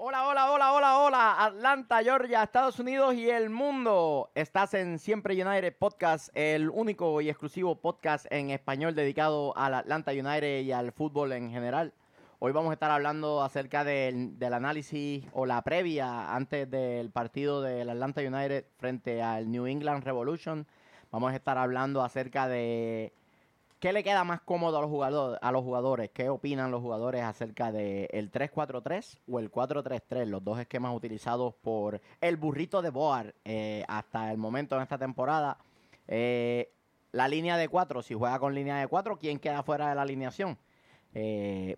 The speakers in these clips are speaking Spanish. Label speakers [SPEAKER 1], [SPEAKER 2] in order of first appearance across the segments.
[SPEAKER 1] Hola, hola, hola, hola, hola, Atlanta, Georgia, Estados Unidos y el mundo. Estás en Siempre United Podcast, el único y exclusivo podcast en español dedicado al Atlanta United y al fútbol en general. Hoy vamos a estar hablando acerca del, del análisis o la previa antes del partido del Atlanta United frente al New England Revolution. Vamos a estar hablando acerca de ¿Qué le queda más cómodo a los jugadores? A los jugadores? ¿Qué opinan los jugadores acerca del el 3-4-3 o el 4-3-3? Los dos esquemas utilizados por el burrito de Boar eh, hasta el momento en esta temporada. Eh, la línea de 4, si juega con línea de 4, ¿quién queda fuera de la alineación? Eh,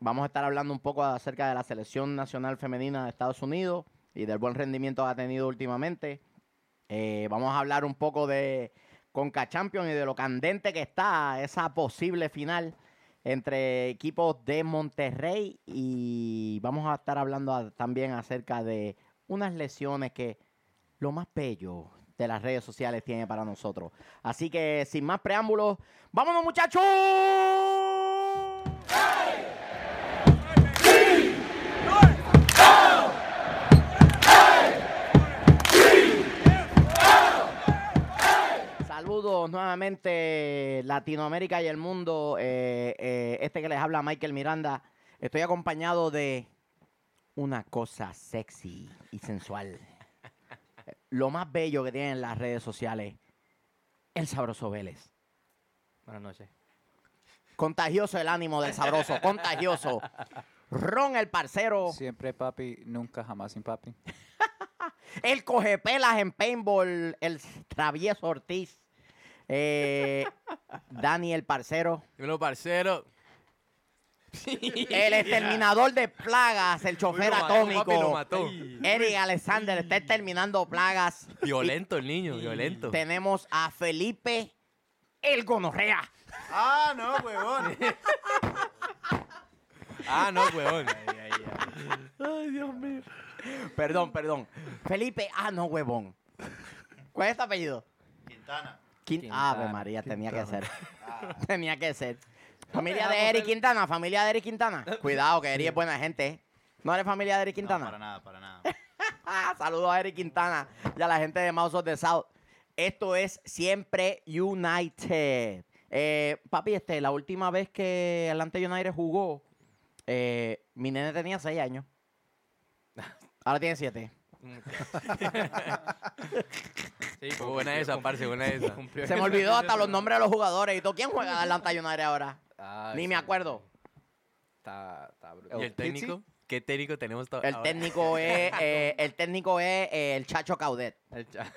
[SPEAKER 1] vamos a estar hablando un poco acerca de la selección nacional femenina de Estados Unidos y del buen rendimiento que ha tenido últimamente. Eh, vamos a hablar un poco de... Conca Champions y de lo candente que está esa posible final entre equipos de Monterrey y vamos a estar hablando a- también acerca de unas lesiones que lo más bello de las redes sociales tiene para nosotros. Así que sin más preámbulos, vámonos muchachos. Saludos nuevamente Latinoamérica y el mundo. Eh, eh, este que les habla Michael Miranda. Estoy acompañado de una cosa sexy y sensual. Eh, Lo más bello que tienen las redes sociales. El sabroso Vélez.
[SPEAKER 2] Buenas noches.
[SPEAKER 1] Contagioso el ánimo del sabroso. Contagioso. Ron el parcero.
[SPEAKER 3] Siempre papi, nunca jamás sin papi.
[SPEAKER 1] El cogepelas en paintball. El travieso Ortiz. Eh, Dani el parcero.
[SPEAKER 2] Dímelo, parcero.
[SPEAKER 1] El exterminador de plagas, el chofer
[SPEAKER 2] Uy, lo mató, papi, lo
[SPEAKER 1] atómico.
[SPEAKER 2] mató.
[SPEAKER 1] Eric Alexander está exterminando plagas.
[SPEAKER 2] Violento el niño, violento.
[SPEAKER 1] Tenemos a Felipe el gonorrea.
[SPEAKER 4] Ah, no, huevón.
[SPEAKER 2] Ah, no, huevón.
[SPEAKER 1] Perdón, perdón. Felipe, ah, no, huevón. ¿Cuál es tu apellido?
[SPEAKER 4] Quintana. Ah.
[SPEAKER 1] Quin- Ah,
[SPEAKER 3] Quintana,
[SPEAKER 1] Ave María, tenía que ser. tenía que ser. Familia de Eric Quintana, familia de Eric Quintana. Cuidado, que Eric es buena gente. ¿eh? ¿No eres familia de Eric Quintana?
[SPEAKER 4] No, para nada, para nada.
[SPEAKER 1] Ah, Saludos a Eric Quintana y a la gente de Mouse of the South. Esto es Siempre United. Eh, papi, este, la última vez que Atlanta United jugó, eh, mi nene tenía 6 años. Ahora tiene 7.
[SPEAKER 2] Sí, buena esa, parce, buena esa.
[SPEAKER 1] Se me olvidó hasta los nombres de los jugadores y todo. ¿Quién juega de Atlanta United ahora? Ni me acuerdo.
[SPEAKER 3] Está, está brutal.
[SPEAKER 2] Ah, ¿Y el técnico? ¿Qué técnico tenemos to-
[SPEAKER 1] El
[SPEAKER 2] ahora?
[SPEAKER 1] técnico es, eh, el técnico es eh, el Chacho Caudet.
[SPEAKER 2] El cha-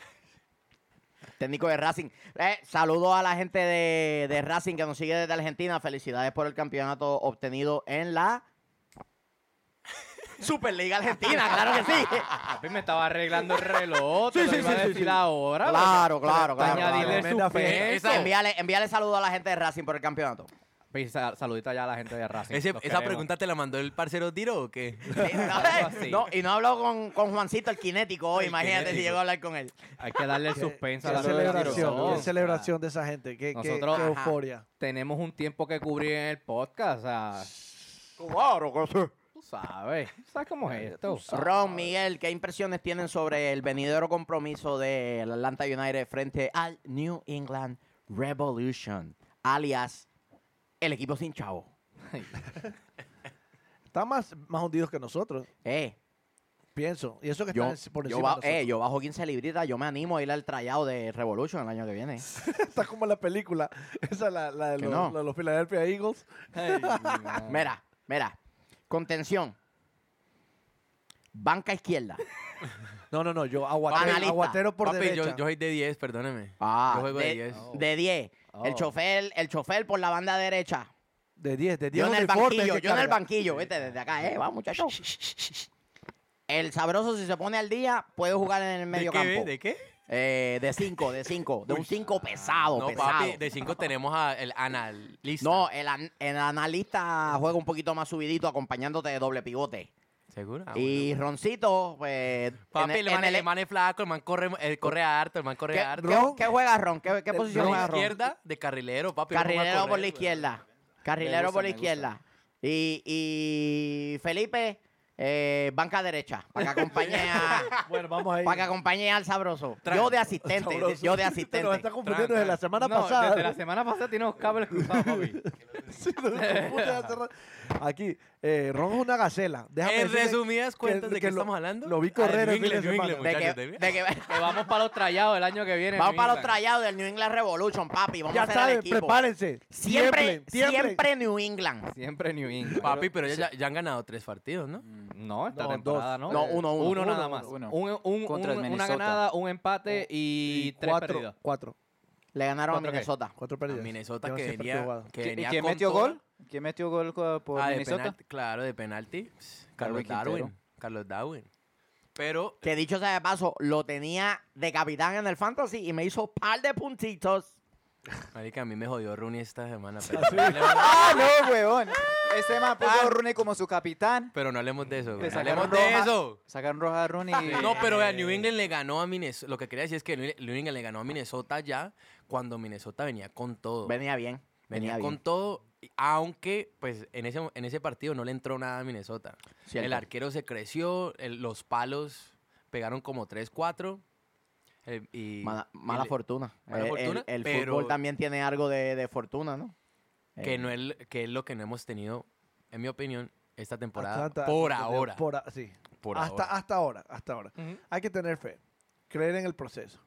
[SPEAKER 1] Técnico de Racing. Eh, saludo a la gente de, de Racing que nos sigue desde Argentina. Felicidades por el campeonato obtenido en la Superliga Argentina, claro que sí.
[SPEAKER 5] Papi, me estaba arreglando el reloj, te
[SPEAKER 1] Sí,
[SPEAKER 5] lo
[SPEAKER 1] sí,
[SPEAKER 5] iba
[SPEAKER 1] sí,
[SPEAKER 5] a
[SPEAKER 1] sí,
[SPEAKER 5] decir
[SPEAKER 1] sí.
[SPEAKER 5] ahora.
[SPEAKER 1] Claro, claro, claro.
[SPEAKER 5] Añadirle
[SPEAKER 1] claro.
[SPEAKER 3] Tremenda
[SPEAKER 5] suspenso.
[SPEAKER 2] fiesta.
[SPEAKER 1] Eh, Envíale, envíale saludo a la gente de Racing por el campeonato.
[SPEAKER 5] Pues, sal- Saludita ya a la gente de Racing.
[SPEAKER 2] Ese-
[SPEAKER 5] los
[SPEAKER 2] ¿Esa
[SPEAKER 5] queremos.
[SPEAKER 2] pregunta te la mandó el parcero Tiro o qué?
[SPEAKER 1] Sí,
[SPEAKER 5] Algo así.
[SPEAKER 1] no, y no habló con, con Juancito el kinético hoy.
[SPEAKER 2] El
[SPEAKER 1] imagínate si
[SPEAKER 2] kinético.
[SPEAKER 1] llegó a hablar con él.
[SPEAKER 5] Hay que darle el suspenso a
[SPEAKER 6] Qué
[SPEAKER 5] la
[SPEAKER 6] celebración, qué
[SPEAKER 5] celebración.
[SPEAKER 6] celebración de esa gente, qué, qué- qué
[SPEAKER 5] Nosotros- Ajá.
[SPEAKER 6] euforia.
[SPEAKER 5] Tenemos un tiempo que cubrir en el podcast, o sea,
[SPEAKER 1] Claro que sí.
[SPEAKER 5] tú sabes. ¿Tú ¿Sabes cómo es esto?
[SPEAKER 1] Ron, Miguel, ¿qué impresiones tienen sobre el venidero compromiso del Atlanta United frente al New England Revolution, alias el equipo sin chavo?
[SPEAKER 6] Están más, más hundidos que nosotros,
[SPEAKER 1] Eh,
[SPEAKER 6] pienso. Y eso que
[SPEAKER 1] yo,
[SPEAKER 6] están en- por
[SPEAKER 1] yo
[SPEAKER 6] encima
[SPEAKER 1] ba-
[SPEAKER 6] de
[SPEAKER 1] eh, yo bajo 15 libritas, yo me animo a ir al tryout de Revolution el año que viene.
[SPEAKER 6] nosotros. Está como la película, esa la, la de
[SPEAKER 1] Que
[SPEAKER 6] los,
[SPEAKER 1] no.
[SPEAKER 6] los- los Philadelphia Eagles.
[SPEAKER 1] Ah, Mira, mira, contención, banca izquierda.
[SPEAKER 6] No, no, no, yo aguatero,
[SPEAKER 1] Analista.
[SPEAKER 6] aguatero por
[SPEAKER 2] Papi, yo,
[SPEAKER 6] derecha.
[SPEAKER 2] yo soy de 10, perdóname.
[SPEAKER 1] Ah,
[SPEAKER 2] yo juego de
[SPEAKER 1] de
[SPEAKER 2] 10.
[SPEAKER 1] de 10. El
[SPEAKER 5] Oh.
[SPEAKER 1] chofer, el chofer por la banda derecha.
[SPEAKER 6] de 10, de 10
[SPEAKER 1] Yo en el
[SPEAKER 6] uniforme,
[SPEAKER 1] banquillo,
[SPEAKER 6] que
[SPEAKER 1] yo en el
[SPEAKER 6] carga.
[SPEAKER 1] banquillo, vete, desde acá, eh, va muchachos. El sabroso, si se pone al día, puede jugar en el medio
[SPEAKER 2] ¿De qué?
[SPEAKER 1] campo.
[SPEAKER 2] ¿De qué?
[SPEAKER 1] Eh, de cinco, de cinco, de un cinco pesado,
[SPEAKER 2] No,
[SPEAKER 1] pesado.
[SPEAKER 2] papi, de 5 tenemos al analista.
[SPEAKER 1] No, el, an- el analista juega un poquito más subidito, acompañándote de doble pivote.
[SPEAKER 2] ¿Seguro? Ah,
[SPEAKER 1] y Roncito, pues.
[SPEAKER 2] Papi,
[SPEAKER 1] en
[SPEAKER 2] el, man,
[SPEAKER 1] en
[SPEAKER 2] el man es flaco, el man corre, el corre harto, el man corre
[SPEAKER 1] ¿Qué,
[SPEAKER 2] harto.
[SPEAKER 1] qué- qué juega Ron? ¿Qué, qué posición
[SPEAKER 2] Por
[SPEAKER 1] juega
[SPEAKER 2] la
[SPEAKER 1] Ron?
[SPEAKER 2] izquierda, de carrilero, papi. uno juega
[SPEAKER 1] Carrilero por la
[SPEAKER 2] correr,
[SPEAKER 1] izquierda. Carrilero
[SPEAKER 5] gusta,
[SPEAKER 1] por la
[SPEAKER 5] me gusta.
[SPEAKER 1] izquierda. Y, y Felipe, Eh, banca derecha, para que acompañe a-
[SPEAKER 6] Bueno, vamos ahí.
[SPEAKER 1] para que acompañe al sabroso.
[SPEAKER 2] Tran-
[SPEAKER 1] Yo de asistente,
[SPEAKER 6] Sabroso.
[SPEAKER 1] yo de
[SPEAKER 6] Te nos
[SPEAKER 1] asistente.
[SPEAKER 6] está confundiendo
[SPEAKER 2] Tran,
[SPEAKER 6] desde la semana
[SPEAKER 5] No,
[SPEAKER 6] pasada.
[SPEAKER 5] Desde la semana pasada tiene los cables cruzados, papi.
[SPEAKER 6] Sí, nos confunde hace rato. Aquí, eh, Ron es una gacela. Déjame
[SPEAKER 2] En
[SPEAKER 6] decirte
[SPEAKER 2] resumidas cuentas, ¿de
[SPEAKER 6] que
[SPEAKER 2] qué
[SPEAKER 6] lo-
[SPEAKER 2] estamos hablando?
[SPEAKER 6] lo vi
[SPEAKER 2] Ah, de
[SPEAKER 6] correr
[SPEAKER 2] New
[SPEAKER 6] el fin de
[SPEAKER 2] England, New England,
[SPEAKER 6] semana.
[SPEAKER 1] De que-
[SPEAKER 2] muchachos. ¿te vi?
[SPEAKER 1] de que-
[SPEAKER 5] Que vamos para los trayados el año que viene.
[SPEAKER 1] vamos
[SPEAKER 5] New
[SPEAKER 1] para los
[SPEAKER 5] England.
[SPEAKER 1] trayados del New England Revolution, papi. Vamos a
[SPEAKER 6] Ya
[SPEAKER 1] hacer el
[SPEAKER 6] saben,
[SPEAKER 1] equipo.
[SPEAKER 6] prepárense.
[SPEAKER 1] Siempre,
[SPEAKER 6] Tiemblen, tiemblen.
[SPEAKER 1] siempre New England.
[SPEAKER 5] Siempre New England.
[SPEAKER 2] Papi, pero ya, ya han ganado tres partidos, ¿no?
[SPEAKER 5] No, esta
[SPEAKER 6] No,
[SPEAKER 5] temporada no.
[SPEAKER 6] dos.
[SPEAKER 1] No, uno, uno.
[SPEAKER 5] Uno nada
[SPEAKER 3] Uno,
[SPEAKER 5] más.
[SPEAKER 3] uno.
[SPEAKER 5] Un- un-
[SPEAKER 3] Contra el
[SPEAKER 5] un- una
[SPEAKER 3] Minnesota.
[SPEAKER 5] ganada, un empate y, tres
[SPEAKER 6] cuatro,
[SPEAKER 5] perdidos.
[SPEAKER 6] Cuatro.
[SPEAKER 1] Le ganaron a
[SPEAKER 5] ¿Cuatro qué?
[SPEAKER 1] Minnesota.
[SPEAKER 6] Cuatro
[SPEAKER 2] A
[SPEAKER 6] perdidas.
[SPEAKER 2] Minnesota
[SPEAKER 6] Yo no
[SPEAKER 2] que
[SPEAKER 6] sé por qué
[SPEAKER 2] venía,
[SPEAKER 6] jugado.
[SPEAKER 2] que
[SPEAKER 3] ¿Qui-
[SPEAKER 2] venía
[SPEAKER 3] ¿Quién
[SPEAKER 2] con
[SPEAKER 3] metió
[SPEAKER 2] toda-
[SPEAKER 3] gol? ¿Quién metió gol co- por
[SPEAKER 2] Ah, de
[SPEAKER 3] Minnesota?
[SPEAKER 2] penalti, claro, de penalti. Pss, Carlos
[SPEAKER 3] Quintero.
[SPEAKER 2] Darwin. Carlos Darwin. Pero
[SPEAKER 1] Que dicho sea de paso, lo tenía de capitán en el fantasy y me hizo par de puntitos.
[SPEAKER 2] Marica, a mí me jodió Rooney esta semana. Pero,
[SPEAKER 6] Ah, sí.
[SPEAKER 2] no, hablemos,
[SPEAKER 3] ¡Ah, no, huevón! Ese man puso
[SPEAKER 2] Ah.
[SPEAKER 3] a Rooney como su capitán.
[SPEAKER 2] pero no hablemos de eso.
[SPEAKER 3] Le
[SPEAKER 2] güey, No
[SPEAKER 3] sacaron
[SPEAKER 2] hablemos de
[SPEAKER 3] roja-
[SPEAKER 2] eso.
[SPEAKER 3] Sacaron roja a Rooney.
[SPEAKER 2] No, pero vea, New England le ganó a Minnesota. Lo que quería decir es que New New England le ganó a Minnesota ya cuando Minnesota venía con todo.
[SPEAKER 1] Venía bien. Venía,
[SPEAKER 2] venía
[SPEAKER 1] bien.
[SPEAKER 2] con todo. y- Aunque, pues, en ese, en ese partido no le entró nada a Minnesota.
[SPEAKER 1] Cierto.
[SPEAKER 2] El arquero se creció, el- los palos pegaron como 3-4. eh, y-
[SPEAKER 1] Mala,
[SPEAKER 2] y
[SPEAKER 1] mala
[SPEAKER 2] le-
[SPEAKER 1] fortuna. Eh,
[SPEAKER 2] mala
[SPEAKER 1] el-
[SPEAKER 2] fortuna,
[SPEAKER 1] el
[SPEAKER 2] pero-
[SPEAKER 1] fútbol también tiene algo de, de fortuna, ¿no?
[SPEAKER 2] que
[SPEAKER 1] Eh,
[SPEAKER 2] no es, l- que es lo que no hemos tenido, en mi opinión, esta temporada.
[SPEAKER 6] Atlanta,
[SPEAKER 2] por
[SPEAKER 6] Atlanta,
[SPEAKER 2] ahora. Por,
[SPEAKER 6] por a- sí. hasta,
[SPEAKER 2] ahora.
[SPEAKER 6] hasta ahora, hasta ahora.
[SPEAKER 5] Ujú.
[SPEAKER 6] Hay que tener fe. Creer en el proceso.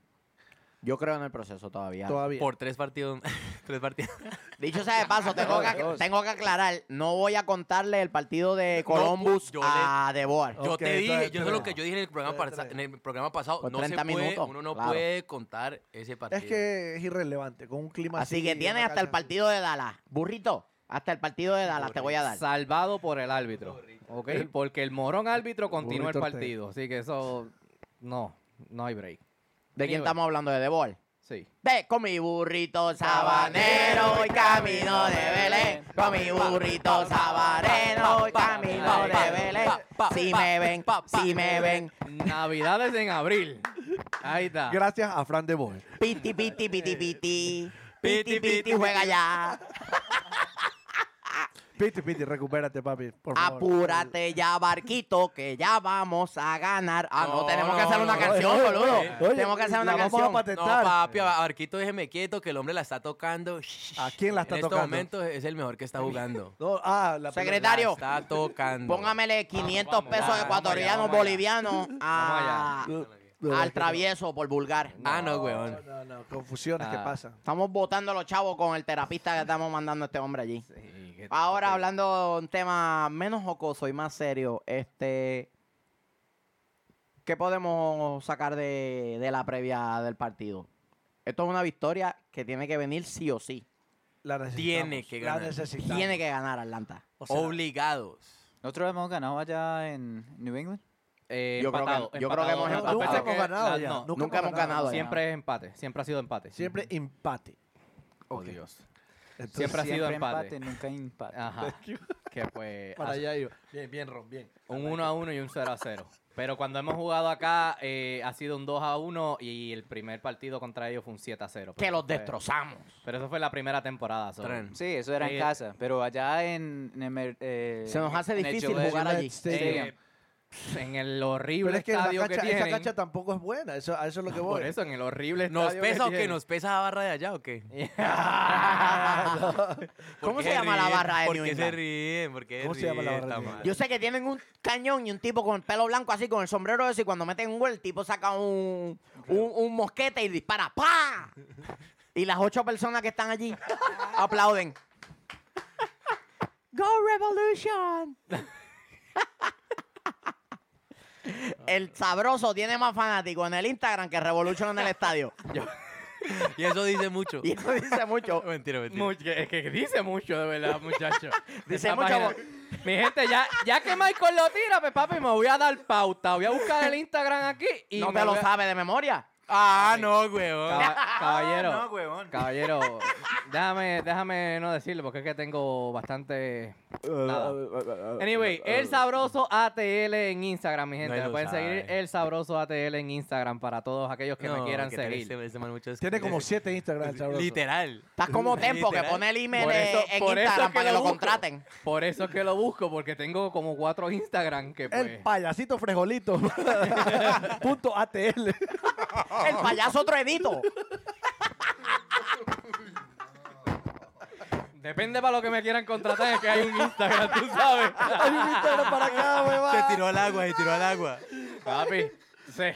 [SPEAKER 1] Yo creo en el proceso todavía.
[SPEAKER 6] Todavía.
[SPEAKER 2] Por tres partidos. tres partidos.
[SPEAKER 1] Dicho sea de paso, tengo, que,
[SPEAKER 3] Dos.
[SPEAKER 1] tengo que aclarar, no voy a contarle el partido de Columbus
[SPEAKER 2] yo le-
[SPEAKER 1] a De Boer.
[SPEAKER 6] Ok,
[SPEAKER 2] yo te dije,
[SPEAKER 6] entonces
[SPEAKER 2] yo
[SPEAKER 6] tres.
[SPEAKER 2] sé lo que yo dije en el programa,
[SPEAKER 6] Entonces
[SPEAKER 2] parsa-
[SPEAKER 6] tres.
[SPEAKER 2] en el programa pasado.
[SPEAKER 1] Por
[SPEAKER 2] no se
[SPEAKER 1] 30
[SPEAKER 2] puede,
[SPEAKER 1] minutos,
[SPEAKER 2] Uno no
[SPEAKER 1] claro.
[SPEAKER 2] puede contar ese partido.
[SPEAKER 6] es que es irrelevante. Con un clima
[SPEAKER 1] Así que
[SPEAKER 6] en
[SPEAKER 1] tienes
[SPEAKER 6] una
[SPEAKER 1] hasta el
[SPEAKER 6] cancha así.
[SPEAKER 1] partido de Dallas. Burrito, hasta el partido de Dallas te voy a dar.
[SPEAKER 5] Salvado por el árbitro. ¿ok? Porque el morón árbitro continuó el
[SPEAKER 6] Burrito Ortega.
[SPEAKER 5] partido. Así que eso. No, no hay break.
[SPEAKER 1] ¿De quién
[SPEAKER 5] Anyway.
[SPEAKER 1] estamos hablando? ¿De De Boer?
[SPEAKER 5] Sí.
[SPEAKER 1] Ve con mi burrito sabanero y camino de Belén. Con mi burrito sabanero y camino de Belén. Si me ven, si me ven.
[SPEAKER 5] Navidades en abril. Ahí está.
[SPEAKER 6] Gracias a Fran de Boer.
[SPEAKER 1] Piti, piti, piti, piti. Piti, piti, juega ya.
[SPEAKER 6] Piti, Piti, recupérate, papi. Por favor.
[SPEAKER 1] Apúrate ya, barquito, que ya vamos a ganar. Ah, no,
[SPEAKER 2] No,
[SPEAKER 1] tenemos que
[SPEAKER 2] no,
[SPEAKER 1] hacer una
[SPEAKER 2] no,
[SPEAKER 1] canción,
[SPEAKER 2] oye,
[SPEAKER 1] boludo.
[SPEAKER 2] oye,
[SPEAKER 1] tenemos que hacer
[SPEAKER 6] la
[SPEAKER 1] una
[SPEAKER 6] vamos
[SPEAKER 1] canción.
[SPEAKER 6] a
[SPEAKER 2] No,
[SPEAKER 6] patentar.
[SPEAKER 2] papi, a- a Barquito, déjeme quieto que el hombre la está tocando.
[SPEAKER 6] ¿A quién la está tocando?
[SPEAKER 2] En este momento es el mejor que está jugando.
[SPEAKER 6] No, ah, la
[SPEAKER 1] Secretario.
[SPEAKER 2] La está tocando.
[SPEAKER 1] Póngamele 500
[SPEAKER 5] vamos,
[SPEAKER 1] pesos
[SPEAKER 5] vamos allá,
[SPEAKER 1] ecuatorianos,
[SPEAKER 5] vamos allá.
[SPEAKER 1] bolivianos a-
[SPEAKER 6] pelota.
[SPEAKER 1] al travieso por vulgar.
[SPEAKER 2] Ah, no,
[SPEAKER 6] No,
[SPEAKER 2] weón.
[SPEAKER 6] no, no, confusiones que
[SPEAKER 5] Ah.
[SPEAKER 6] pasan.
[SPEAKER 1] Estamos votando a los chavos con el terapista que estamos mandando a este hombre allí.
[SPEAKER 5] Sí, que-
[SPEAKER 1] Ahora hablando de un tema menos jocoso y más serio, este ¿qué podemos sacar de, de la previa del partido? Esto es una victoria que tiene que venir sí o sí.
[SPEAKER 6] La necesitamos.
[SPEAKER 2] Tiene que ganar.
[SPEAKER 6] La necesitamos.
[SPEAKER 1] Tiene que ganar Atlanta.
[SPEAKER 6] O sea,
[SPEAKER 2] Obligados.
[SPEAKER 3] Nosotros hemos ganado allá en New England.
[SPEAKER 5] Eh,
[SPEAKER 1] Yo creo que-
[SPEAKER 5] empatado,
[SPEAKER 1] yo creo que hemos
[SPEAKER 5] empatado.
[SPEAKER 1] empatado.
[SPEAKER 5] Pensé
[SPEAKER 6] Nunca hemos
[SPEAKER 5] que-
[SPEAKER 6] ganado
[SPEAKER 5] la-
[SPEAKER 6] ya.
[SPEAKER 5] no,
[SPEAKER 1] nunca hemos ganado ya.
[SPEAKER 5] Siempre es empate. Siempre ha sido empate.
[SPEAKER 6] Siempre empate.
[SPEAKER 5] Oh,
[SPEAKER 6] Ok.
[SPEAKER 5] Dios.
[SPEAKER 6] Entonces,
[SPEAKER 5] Siempre ha sido empate.
[SPEAKER 3] Nunca empate.
[SPEAKER 2] Ah.
[SPEAKER 5] Ajá. que pues
[SPEAKER 6] Para
[SPEAKER 5] hace
[SPEAKER 6] allá iba. Bien, bien, Ron, bien.
[SPEAKER 5] un 1 a 1 y un 0 a 0. Pero cuando hemos jugado acá eh, ha sido un 2 a 1 y el primer partido contra ellos fue un 7 a 0.
[SPEAKER 1] Que los
[SPEAKER 5] destrozó
[SPEAKER 1] destrozamos.
[SPEAKER 5] Pero eso fue la primera temporada. so.
[SPEAKER 2] Tren.
[SPEAKER 3] Sí, eso era
[SPEAKER 5] Eh,
[SPEAKER 3] en casa, pero allá en... en Emer- eh,
[SPEAKER 1] Se nos hace
[SPEAKER 3] en el
[SPEAKER 1] difícil
[SPEAKER 3] Gillette
[SPEAKER 1] jugar allí.
[SPEAKER 5] Eh,
[SPEAKER 3] Stadium.
[SPEAKER 5] en el
[SPEAKER 6] Pero
[SPEAKER 5] horrible
[SPEAKER 6] es que, la
[SPEAKER 5] estadio
[SPEAKER 6] cancha,
[SPEAKER 5] que tienen. Ah,
[SPEAKER 6] esa cancha tampoco es buena. Eso, a eso es lo que voy.
[SPEAKER 5] por eso, en el horrible
[SPEAKER 2] ¿Nos
[SPEAKER 5] estadio que
[SPEAKER 2] pesa o qué?
[SPEAKER 5] tienen.
[SPEAKER 2] ¿Nos pesa la barra de allá o qué? ¿Por
[SPEAKER 1] Eh, ¿Cómo
[SPEAKER 2] qué
[SPEAKER 1] se llama la
[SPEAKER 2] ríen?
[SPEAKER 1] barra de
[SPEAKER 2] ¿Por
[SPEAKER 1] New
[SPEAKER 2] qué se
[SPEAKER 1] England?
[SPEAKER 2] ríen? ¿Por qué
[SPEAKER 6] ¿Cómo se llama la
[SPEAKER 2] ríen,
[SPEAKER 6] barra de
[SPEAKER 2] Tamara?
[SPEAKER 6] New
[SPEAKER 1] Yo sé que tienen un cañón y un tipo con el pelo blanco así, con el sombrero ese, y cuando meten un gol, el tipo saca un, un, un mosquete y dispara. ¡Pa! Y las ocho personas que están allí aplauden. ¡Go Revolution! El sabroso tiene más fanáticos en el Instagram que Revolution en el estadio.
[SPEAKER 2] Y eso dice mucho.
[SPEAKER 1] Y eso dice mucho.
[SPEAKER 2] mentira, mentira.
[SPEAKER 5] Mucho- que- es que dice mucho, de verdad, muchacho.
[SPEAKER 1] Dice
[SPEAKER 5] Esta
[SPEAKER 1] mucho,
[SPEAKER 5] página-
[SPEAKER 1] bo-
[SPEAKER 5] Mi gente, ya, ya que Michael lo tira, pues papi, me voy a dar pauta. Voy a buscar el Instagram aquí y
[SPEAKER 1] No
[SPEAKER 5] me
[SPEAKER 1] te lo
[SPEAKER 5] voy a-
[SPEAKER 1] sabe de memoria.
[SPEAKER 2] Ah, no, huevón.
[SPEAKER 5] Caba- Caballero.
[SPEAKER 4] No, huevón.
[SPEAKER 5] Caballero, déjame, déjame no decirlo porque es que tengo bastante.
[SPEAKER 6] Eh,
[SPEAKER 5] Nada. Anyway, el sabroso ATL en Instagram, mi gente.
[SPEAKER 2] No
[SPEAKER 5] Me
[SPEAKER 2] lo
[SPEAKER 5] pueden seguir
[SPEAKER 2] sabe.
[SPEAKER 5] el sabroso ATL en Instagram para todos aquellos que me quieran seguir.
[SPEAKER 6] Tiene como siete Instagram, el sabroso.
[SPEAKER 2] Literal.
[SPEAKER 1] Estás como Tempo que
[SPEAKER 2] Literal.
[SPEAKER 1] pone el email
[SPEAKER 5] Por eso-
[SPEAKER 1] en
[SPEAKER 5] por eso
[SPEAKER 1] Instagram
[SPEAKER 5] es que
[SPEAKER 1] para que
[SPEAKER 5] lo
[SPEAKER 1] lo
[SPEAKER 5] busco.
[SPEAKER 1] contraten.
[SPEAKER 5] Por eso es que lo busco, porque tengo como cuatro Instagram que
[SPEAKER 6] El
[SPEAKER 5] pues.
[SPEAKER 6] payasito frejolito. Punto ATL.
[SPEAKER 1] El payaso truenito.
[SPEAKER 5] Depende para lo que me quieran contratar, es que hay un Instagram, tú sabes.
[SPEAKER 6] Hay un Instagram para cada
[SPEAKER 2] Se
[SPEAKER 6] huevada.
[SPEAKER 2] tiró al agua, se tiró al agua.
[SPEAKER 5] Papi, sí.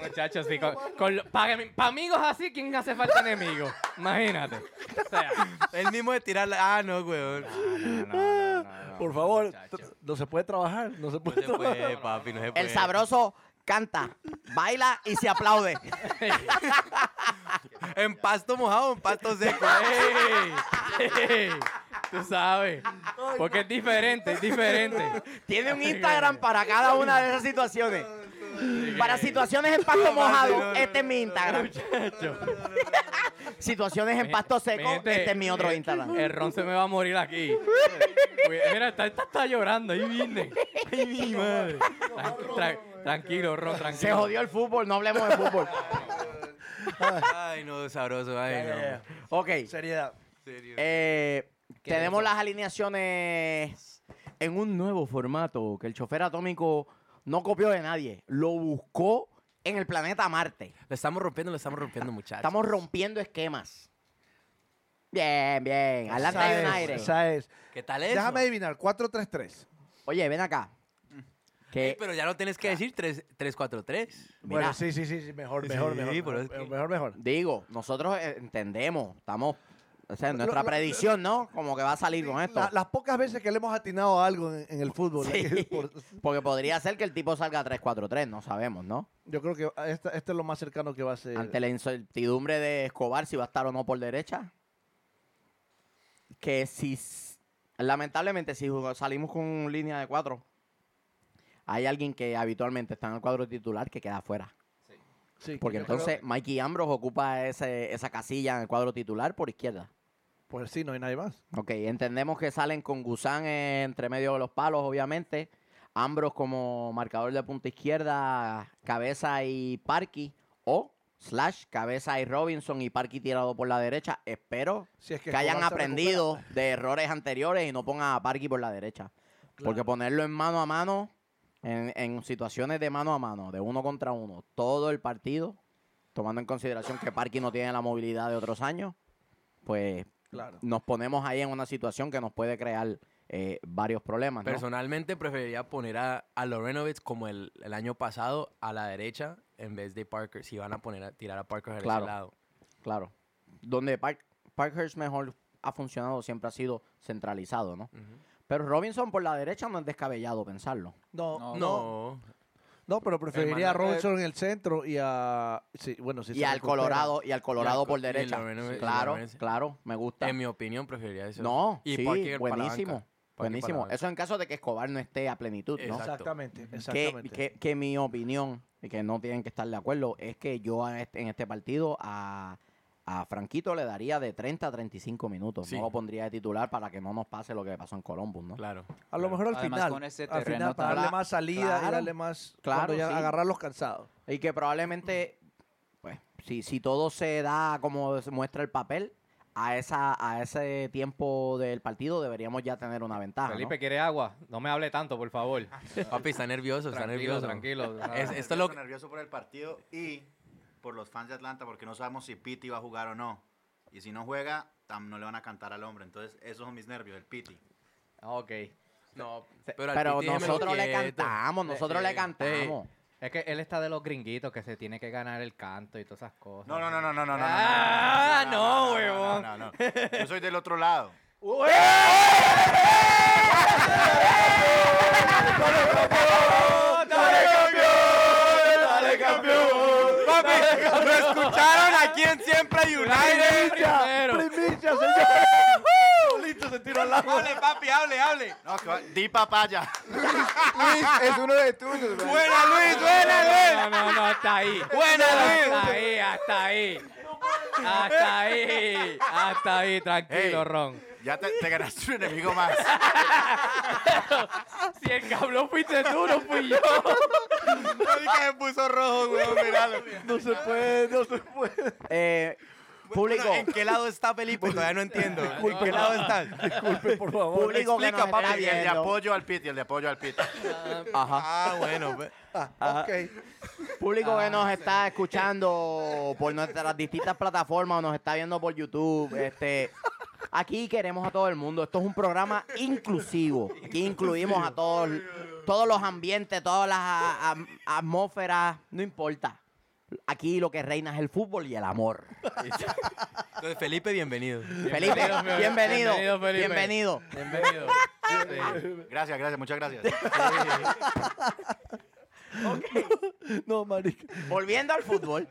[SPEAKER 5] Muchachos, sí. Con, con lo- pa- pa' amigos así, ¿quién hace falta enemigo? Imagínate. O sea,
[SPEAKER 2] El mismo de tirar Ah, no, huevón.
[SPEAKER 5] no, no, no, no, no,
[SPEAKER 6] Por favor,
[SPEAKER 5] muchachos.
[SPEAKER 6] no se puede trabajar, no se
[SPEAKER 2] No
[SPEAKER 6] puede
[SPEAKER 2] se
[SPEAKER 6] trabajar.
[SPEAKER 2] puede, papi, no se puede.
[SPEAKER 1] El sabroso canta, baila y se aplaude.
[SPEAKER 2] En pasto mojado, en pasto seco.
[SPEAKER 5] ¡Ey! ¡Ey! Tú sabes. Porque es diferente, es diferente.
[SPEAKER 1] Tiene un Instagram para cada una de esas situaciones. Para situaciones en pasto mojado, este es mi Instagram. Situaciones en pasto seco,
[SPEAKER 5] Mi gente,
[SPEAKER 1] este es mi otro
[SPEAKER 5] el-
[SPEAKER 1] Instagram.
[SPEAKER 5] El ron se me va a morir aquí. Uy, Mira, está, está, está llorando, ahí viene. Ay, mi madre. Tran- tran- tranquilo, ron, tranquilo.
[SPEAKER 1] Se jodió el fútbol, no hablemos de fútbol.
[SPEAKER 2] Ay, no, sabroso, ay, no.
[SPEAKER 1] Ok,
[SPEAKER 6] Eh, Seriedad.
[SPEAKER 2] Serio.
[SPEAKER 1] eh, tenemos
[SPEAKER 5] eso?
[SPEAKER 1] las alineaciones en un nuevo formato que el chofer atómico no copió de nadie, lo buscó en el planeta Marte.
[SPEAKER 2] Lo estamos rompiendo, lo estamos rompiendo, muchachos.
[SPEAKER 1] Estamos rompiendo esquemas. Bien, bien. Atlanta
[SPEAKER 6] Esa es,
[SPEAKER 1] United.
[SPEAKER 6] esa es.
[SPEAKER 2] ¿Qué tal eso?
[SPEAKER 6] Déjame adivinar, 4-3-3.
[SPEAKER 1] Oye, ven acá.
[SPEAKER 6] Mm.
[SPEAKER 2] Ey,
[SPEAKER 1] Que,
[SPEAKER 2] pero ya no tienes que decir 3-4-3.
[SPEAKER 1] mira,
[SPEAKER 6] Bueno, sí, sí, sí, sí, mejor,
[SPEAKER 2] Sí,
[SPEAKER 6] mejor,
[SPEAKER 2] sí,
[SPEAKER 6] mejor.
[SPEAKER 2] pero es
[SPEAKER 6] mejor,
[SPEAKER 2] que-
[SPEAKER 6] mejor, mejor.
[SPEAKER 1] digo, nosotros eh, entendemos, estamos, o sea,
[SPEAKER 6] Lo-
[SPEAKER 1] nuestra
[SPEAKER 6] lo-
[SPEAKER 1] predicción, ¿no? Como que va a salir con esto.
[SPEAKER 6] La- las pocas veces que le hemos atinado a algo en, en el fútbol.
[SPEAKER 1] Sí.
[SPEAKER 6] por-
[SPEAKER 1] Porque podría ser que el tipo salga 3-4-3, no sabemos, ¿no?
[SPEAKER 6] yo creo que esta- este es lo más cercano que va a ser.
[SPEAKER 1] Ante la incertidumbre de Escobar si va a estar o no por derecha. Que si, s- lamentablemente, si jugó- salimos con línea de 4, hay alguien que habitualmente está en el cuadro titular que queda fuera.
[SPEAKER 6] Sí,
[SPEAKER 1] Porque
[SPEAKER 6] yo creo-
[SPEAKER 1] entonces Mikey Ambros ocupa ese- esa casilla en el cuadro titular por izquierda.
[SPEAKER 6] Pues sí, no hay nadie más.
[SPEAKER 1] Ok, entendemos que salen con Gusán entre medio de los palos, obviamente. Ambros como marcador de punta izquierda, Cabeza y Parky. O Slash, Cabeza y Robinson y Parky tirado por la derecha. Espero
[SPEAKER 6] Si es que,
[SPEAKER 1] que hayan
[SPEAKER 6] Escobar se
[SPEAKER 1] aprendido de errores anteriores y no pongan a Parky por la derecha. Porque ponerlo en mano a mano, en, en situaciones de mano a mano, de uno contra uno, todo el partido, tomando en consideración que Parky no tiene la movilidad de otros años, pues
[SPEAKER 6] recupera. Claro.
[SPEAKER 1] nos ponemos ahí en una situación que nos puede crear eh, varios problemas. ¿no?
[SPEAKER 2] Personalmente preferiría poner a, a Lorenovitz como el, el año pasado a la derecha en vez de Parker. Si van a poner a tirar a Parker al
[SPEAKER 1] Claro.
[SPEAKER 2] lado.
[SPEAKER 1] Claro. Donde Park- Parkhurst mejor ha funcionado siempre ha sido centralizado, ¿no? Pero Robinson por la derecha no es descabellado pensarlo.
[SPEAKER 3] No.
[SPEAKER 6] No, no, no,
[SPEAKER 2] No.
[SPEAKER 6] pero preferiría a
[SPEAKER 3] Hermano, eh,
[SPEAKER 6] Robinson en el centro y a. Sí, bueno, si
[SPEAKER 1] y
[SPEAKER 6] se
[SPEAKER 1] al
[SPEAKER 6] recupera.
[SPEAKER 1] Colorado, y al Colorado
[SPEAKER 2] Y al co-
[SPEAKER 1] por
[SPEAKER 2] y el
[SPEAKER 1] derecha.
[SPEAKER 2] Loreno-
[SPEAKER 1] Sí,
[SPEAKER 2] y
[SPEAKER 1] claro,
[SPEAKER 2] Loreno-
[SPEAKER 1] claro, me gusta.
[SPEAKER 2] En mi opinión preferiría eso.
[SPEAKER 1] No, sí,
[SPEAKER 2] Parker para la
[SPEAKER 1] buenísimo.
[SPEAKER 2] banca. Parker
[SPEAKER 1] Buenísimo.
[SPEAKER 2] para la
[SPEAKER 1] Eso en caso de que Escobar no esté a plenitud, ¿no?
[SPEAKER 2] Exacto.
[SPEAKER 6] Exactamente,
[SPEAKER 1] Que,
[SPEAKER 6] exactamente.
[SPEAKER 1] que- que mi opinión, y que no tienen que estar de acuerdo, es que yo a este- en este partido a, a Franquito le daría de 30 a 35 minutos.
[SPEAKER 2] Sí.
[SPEAKER 1] No lo pondría de titular para que no nos pase lo que pasó en Columbus, ¿no?
[SPEAKER 2] Claro.
[SPEAKER 6] A lo mejor al
[SPEAKER 3] Además,
[SPEAKER 6] final.
[SPEAKER 3] con ese
[SPEAKER 6] al final,
[SPEAKER 3] terreno
[SPEAKER 6] para
[SPEAKER 3] tan-
[SPEAKER 6] darle más salida y
[SPEAKER 1] Claro.
[SPEAKER 6] darle más.
[SPEAKER 1] Claro,
[SPEAKER 6] cuando ya
[SPEAKER 1] sí.
[SPEAKER 6] agarrar los cansados.
[SPEAKER 1] Y que probablemente, pues, si, si todo se da como se muestra el papel, a, esa, a ese tiempo del partido deberíamos ya tener una ventaja. ¿no?
[SPEAKER 5] Felipe, ¿quiere agua? No me hable tanto, por favor.
[SPEAKER 2] Papi, está nervioso, está
[SPEAKER 5] Tranquilo,
[SPEAKER 2] nervioso.
[SPEAKER 5] tranquilo.
[SPEAKER 2] Es- esto es lo que-
[SPEAKER 4] nervioso por el partido y por los fans de Atlanta porque no sabemos si Pity va a jugar o no. Y si no juega, tam- no le van a cantar al hombre. Entonces, esos son mis nervios, el Pity.
[SPEAKER 5] Ah, Ok.
[SPEAKER 2] No, pero, al
[SPEAKER 1] Pero
[SPEAKER 2] Piti déjemelo
[SPEAKER 1] nosotros le
[SPEAKER 2] quieto.
[SPEAKER 1] cantamos, nosotros
[SPEAKER 2] Sí.
[SPEAKER 1] le cantamos.
[SPEAKER 5] Es que él está de los gringuitos que se tiene que ganar el canto y todas esas cosas.
[SPEAKER 4] No, no, no, no, no, no. no,
[SPEAKER 5] Ah, no,
[SPEAKER 4] no,
[SPEAKER 5] huevón.
[SPEAKER 4] no, no, no. Yo soy del otro lado.
[SPEAKER 2] Papi, lo escucharon aquí en Siempre United.
[SPEAKER 6] ¡Primicia, señor!
[SPEAKER 2] Listo, se tiró
[SPEAKER 6] no hablamos.
[SPEAKER 2] Hable, papi, hable, hable.
[SPEAKER 4] No, que va- di papaya.
[SPEAKER 3] Luis es uno de tuyos, bro.
[SPEAKER 2] Buena, Luis, buena, Luis.
[SPEAKER 5] No, no, no, hasta ahí.
[SPEAKER 2] Buena, Luis.
[SPEAKER 5] Hasta ahí, hasta ahí. Hasta ahí, hasta ahí, tranquilo,
[SPEAKER 4] Ey.
[SPEAKER 5] Ron.
[SPEAKER 4] Ya te, te ganaste un enemigo más.
[SPEAKER 5] Si el cabrón fuiste tú, no fui yo.
[SPEAKER 4] que se puso rojo, weón, miralo.
[SPEAKER 6] No se puede, no se puede.
[SPEAKER 1] Eh, público,
[SPEAKER 2] ¿En qué lado está Felipe? Todavía no entiendo. ¿En qué
[SPEAKER 6] Disculpe.
[SPEAKER 2] lado está?
[SPEAKER 6] Disculpe, por favor.
[SPEAKER 1] público que nos
[SPEAKER 4] Explica,
[SPEAKER 1] está
[SPEAKER 4] papi, y el de
[SPEAKER 1] viendo,
[SPEAKER 4] apoyo al piti, el de apoyo al piti.
[SPEAKER 2] Ah, bueno. pues.
[SPEAKER 1] público que nos está escuchando por nuestras distintas plataformas, o nos está viendo por YouTube, este, aquí queremos a todo el mundo. Esto es un programa inclusivo. Aquí incluimos a todos, todos los ambientes, todas las a- a- atmósferas, no importa. Aquí lo que reina es el fútbol y el amor.
[SPEAKER 2] Entonces, Felipe, bienvenido.
[SPEAKER 1] Felipe, bienvenido, bienvenido.
[SPEAKER 5] Bienvenido, Felipe. Bienvenido.
[SPEAKER 4] Gracias, gracias, muchas gracias.
[SPEAKER 6] No, marica.
[SPEAKER 1] Volviendo al fútbol.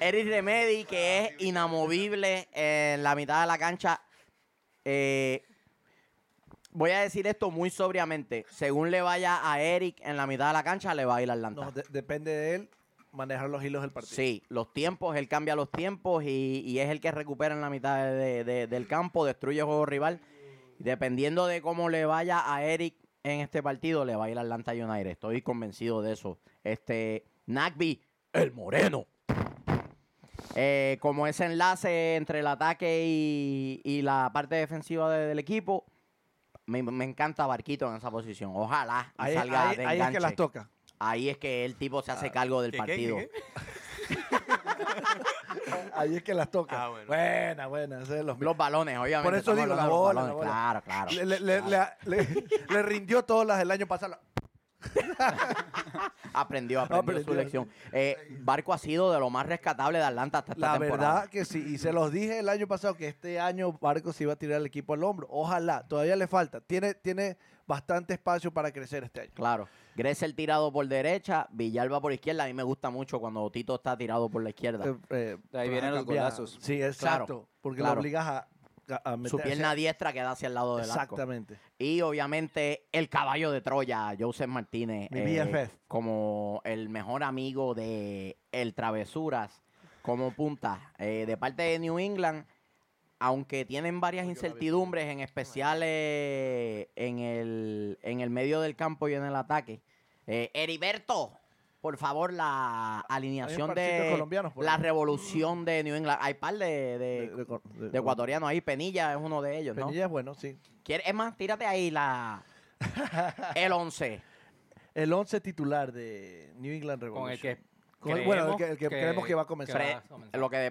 [SPEAKER 1] Eric Remedy, que es inamovible en la mitad de la cancha. Eh, voy a decir esto muy sobriamente. Según le vaya a Eric en la mitad de la cancha, le va a ir a Atlanta.
[SPEAKER 6] No, de- depende de él manejar los hilos del partido.
[SPEAKER 1] sí, los tiempos, él cambia los tiempos y, y es el que recupera en la mitad de- de- del campo, destruye el juego rival. Dependiendo de cómo le vaya a Eric en este partido, le va a ir a Atlanta United. Estoy convencido de eso. Este, Nagby, el moreno. Eh, como ese enlace entre el ataque y, y la parte defensiva de- del equipo, me, me encanta Barquito en esa posición. Ojalá y
[SPEAKER 6] Ahí,
[SPEAKER 1] salga
[SPEAKER 6] ahí-
[SPEAKER 1] de
[SPEAKER 6] ahí es que
[SPEAKER 1] enganche.
[SPEAKER 6] las toca. Ah,
[SPEAKER 1] Ahí es que el tipo se hace cargo del
[SPEAKER 2] ¿Qué, qué,
[SPEAKER 1] partido.
[SPEAKER 2] qué,
[SPEAKER 6] Ahí es que las toca.
[SPEAKER 2] Ah, bueno.
[SPEAKER 6] Buena, buena. ese es los
[SPEAKER 1] Los balones, obviamente.
[SPEAKER 6] Por eso
[SPEAKER 1] estamos
[SPEAKER 6] digo, la
[SPEAKER 1] hablando de los
[SPEAKER 6] bola, la
[SPEAKER 1] balones. Claro, claro.
[SPEAKER 6] Le, le- le-
[SPEAKER 1] claro.
[SPEAKER 6] le- le- le rindió todas las del año pasado.
[SPEAKER 1] Aprendió, aprendió,
[SPEAKER 6] Aprendió.
[SPEAKER 1] su lección. Eh, Barco ha sido de lo más rescatable de Atlanta hasta esta
[SPEAKER 6] La
[SPEAKER 1] temporada.
[SPEAKER 6] verdad que sí. Y se los dije el año pasado que este año Barco se iba a tirar el equipo al hombro. Ojalá. Todavía le falta. Tiene, tiene bastante espacio para crecer este año.
[SPEAKER 1] Claro. Gressel tirado por derecha, Villalba por izquierda. A mí me gusta mucho cuando Tito está tirado por la izquierda.
[SPEAKER 6] Eh, eh,
[SPEAKER 3] De ahí vienen
[SPEAKER 6] para
[SPEAKER 3] los
[SPEAKER 6] cambiar.
[SPEAKER 3] golazos.
[SPEAKER 6] Sí, exacto. porque
[SPEAKER 1] claro.
[SPEAKER 6] lo obligas a, a, a meter
[SPEAKER 1] Su pierna
[SPEAKER 6] hacia-
[SPEAKER 1] diestra queda hacia el lado del arco.
[SPEAKER 6] Exactamente.
[SPEAKER 1] Y obviamente el caballo de Troya, Joseph Martínez.
[SPEAKER 6] Mi
[SPEAKER 1] eh,
[SPEAKER 6] BFF.
[SPEAKER 1] como el mejor amigo de el Travesuras, como punta. Eh, de parte de New England, aunque tienen varias incertidumbres, en especial eh, en, el, en el medio del campo y en el ataque. Eh, Heriberto, por favor, la alineación
[SPEAKER 6] parcitos
[SPEAKER 1] de
[SPEAKER 6] colombianos por
[SPEAKER 1] la
[SPEAKER 6] ahí.
[SPEAKER 1] revolución de New England. Hay par de, de-
[SPEAKER 6] De- de-
[SPEAKER 1] de ecuatorianos ahí. Penilla es uno de ellos, ¿no?
[SPEAKER 6] Penilla es bueno, sí.
[SPEAKER 1] ¿Quieres- Es más, tírate ahí la. El 11.
[SPEAKER 6] El 11 titular de New England Revolution.
[SPEAKER 5] Con el que.
[SPEAKER 6] Con el- bueno, el que, el que creemos que va a comenzar.
[SPEAKER 5] que
[SPEAKER 1] Pre-
[SPEAKER 5] va a comenzar.
[SPEAKER 1] lo que de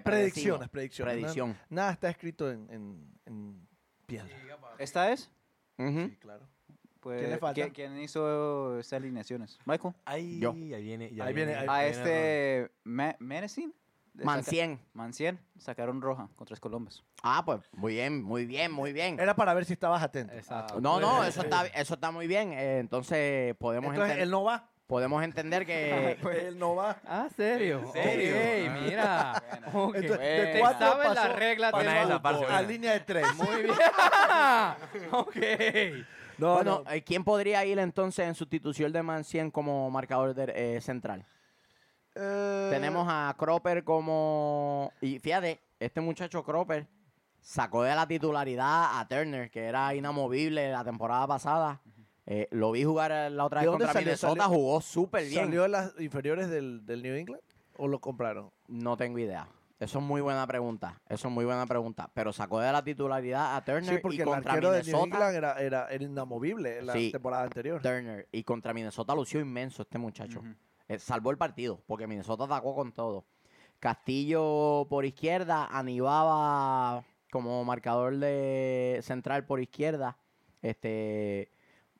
[SPEAKER 1] predecimos.
[SPEAKER 6] predicciones, predicciones.
[SPEAKER 1] Predicción.
[SPEAKER 6] Nada, nada está escrito en, en, en piedra.
[SPEAKER 3] ¿Esta es?
[SPEAKER 1] Ujú.
[SPEAKER 6] Sí, claro.
[SPEAKER 3] Pues,
[SPEAKER 6] ¿Quién le falta?
[SPEAKER 3] ¿quién, quién hizo esas alineaciones? Michael.
[SPEAKER 2] Ahí,
[SPEAKER 1] Yo.
[SPEAKER 2] ahí viene. ya
[SPEAKER 6] Ahí viene, ahí-
[SPEAKER 3] A
[SPEAKER 2] ahí viene
[SPEAKER 3] este Ma- Menecin. le saca-
[SPEAKER 1] Mancien.
[SPEAKER 3] Mancien. Sacaron roja con tres colombas.
[SPEAKER 1] Ah, pues muy bien, muy bien, muy bien.
[SPEAKER 6] Era para ver si estabas atento.
[SPEAKER 5] Exacto.
[SPEAKER 1] No, no, eso está, eso está muy bien. eh, entonces podemos,
[SPEAKER 6] Ah, Entonces,
[SPEAKER 1] enten-
[SPEAKER 6] él no va.
[SPEAKER 1] podemos entender que
[SPEAKER 6] él no va.
[SPEAKER 5] Ah, ¿serio?
[SPEAKER 2] ¿En serio?
[SPEAKER 5] Ey,
[SPEAKER 2] Ah.
[SPEAKER 5] mira. Ok.
[SPEAKER 3] buena.
[SPEAKER 6] Entonces, de
[SPEAKER 5] Te
[SPEAKER 6] cuatro
[SPEAKER 5] sabes
[SPEAKER 6] pasó
[SPEAKER 5] las reglas
[SPEAKER 2] Buena
[SPEAKER 5] del
[SPEAKER 2] esa, parce,
[SPEAKER 5] fútbol.
[SPEAKER 6] a
[SPEAKER 2] buena.
[SPEAKER 6] línea de tres.
[SPEAKER 5] Muy bien. ok.
[SPEAKER 6] No,
[SPEAKER 1] bueno,
[SPEAKER 6] no.
[SPEAKER 1] eh, ¿quién podría ir entonces en sustitución de Mancien como marcador de- eh, central?
[SPEAKER 6] Eh,
[SPEAKER 1] Tenemos a Cropper como y fíjate, este muchacho Cropper sacó de la titularidad a Turner, que era inamovible la temporada pasada. Eh, lo vi jugar la otra
[SPEAKER 6] ¿De
[SPEAKER 1] vez
[SPEAKER 6] dónde
[SPEAKER 1] contra
[SPEAKER 6] salió?
[SPEAKER 1] Minnesota,
[SPEAKER 6] ¿Salió-
[SPEAKER 1] jugó súper bien.
[SPEAKER 6] ¿Salió de las inferiores del, del New England o lo compraron?
[SPEAKER 1] No tengo idea. Eso es muy buena pregunta. Eso es muy buena pregunta. Pero sacó de la titularidad a Turner
[SPEAKER 6] Sí, porque
[SPEAKER 1] y
[SPEAKER 6] el
[SPEAKER 1] contra
[SPEAKER 6] arquero de New
[SPEAKER 1] Minnesota.
[SPEAKER 6] England era, era, era inamovible en la
[SPEAKER 1] Sí.
[SPEAKER 6] temporada anterior.
[SPEAKER 1] Turner y contra Minnesota lució inmenso este muchacho.
[SPEAKER 3] Ujú.
[SPEAKER 1] Eh, salvó el partido porque Minnesota atacó con todo. Castillo por izquierda, Anibaba como marcador de central por izquierda. Este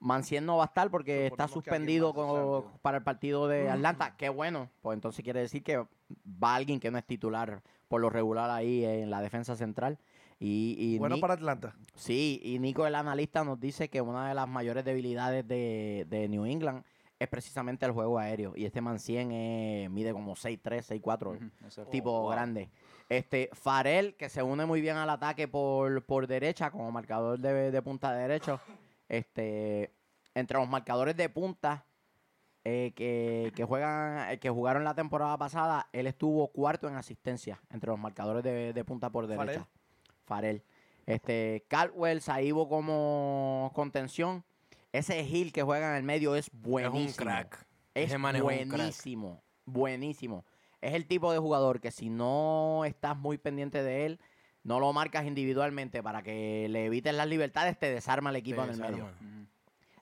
[SPEAKER 1] Mancien no va a estar porque está
[SPEAKER 6] Suponemos que alguien
[SPEAKER 1] suspendido
[SPEAKER 6] más lo
[SPEAKER 1] con-
[SPEAKER 6] salve.
[SPEAKER 1] para el partido de Atlanta. Qué bueno. Pues entonces quiere decir que va alguien que no es titular por lo regular ahí en la defensa central. Y, y
[SPEAKER 6] Bueno
[SPEAKER 1] Ni-
[SPEAKER 6] para Atlanta.
[SPEAKER 1] Sí, y Nico, el analista, nos dice que una de las mayores debilidades de, de New England es es precisamente el juego aéreo. Y este man 100 eh, mide como 6'3, 6'4
[SPEAKER 2] Oh,
[SPEAKER 1] tipo grande. Este, Farel, que se une muy bien al ataque por, por derecha, como marcador de, de punta derecho. Este, entre los marcadores de punta eh, que, que juegan, eh, que jugaron la temporada pasada, él estuvo cuarto en asistencia entre los marcadores de, de punta por
[SPEAKER 6] Farrell.
[SPEAKER 1] derecha. Farel. Este, Caldwell, Saibo como contención. Ese Gil que juega en el medio es buenísimo.
[SPEAKER 2] Es un crack.
[SPEAKER 1] Es
[SPEAKER 2] Ese man es un crack.
[SPEAKER 1] buenísimo, buenísimo. Es el tipo de jugador que si no estás muy pendiente de él, no lo marcas individualmente para que le evites las libertades, te desarma el equipo en el medio.
[SPEAKER 2] Desarma.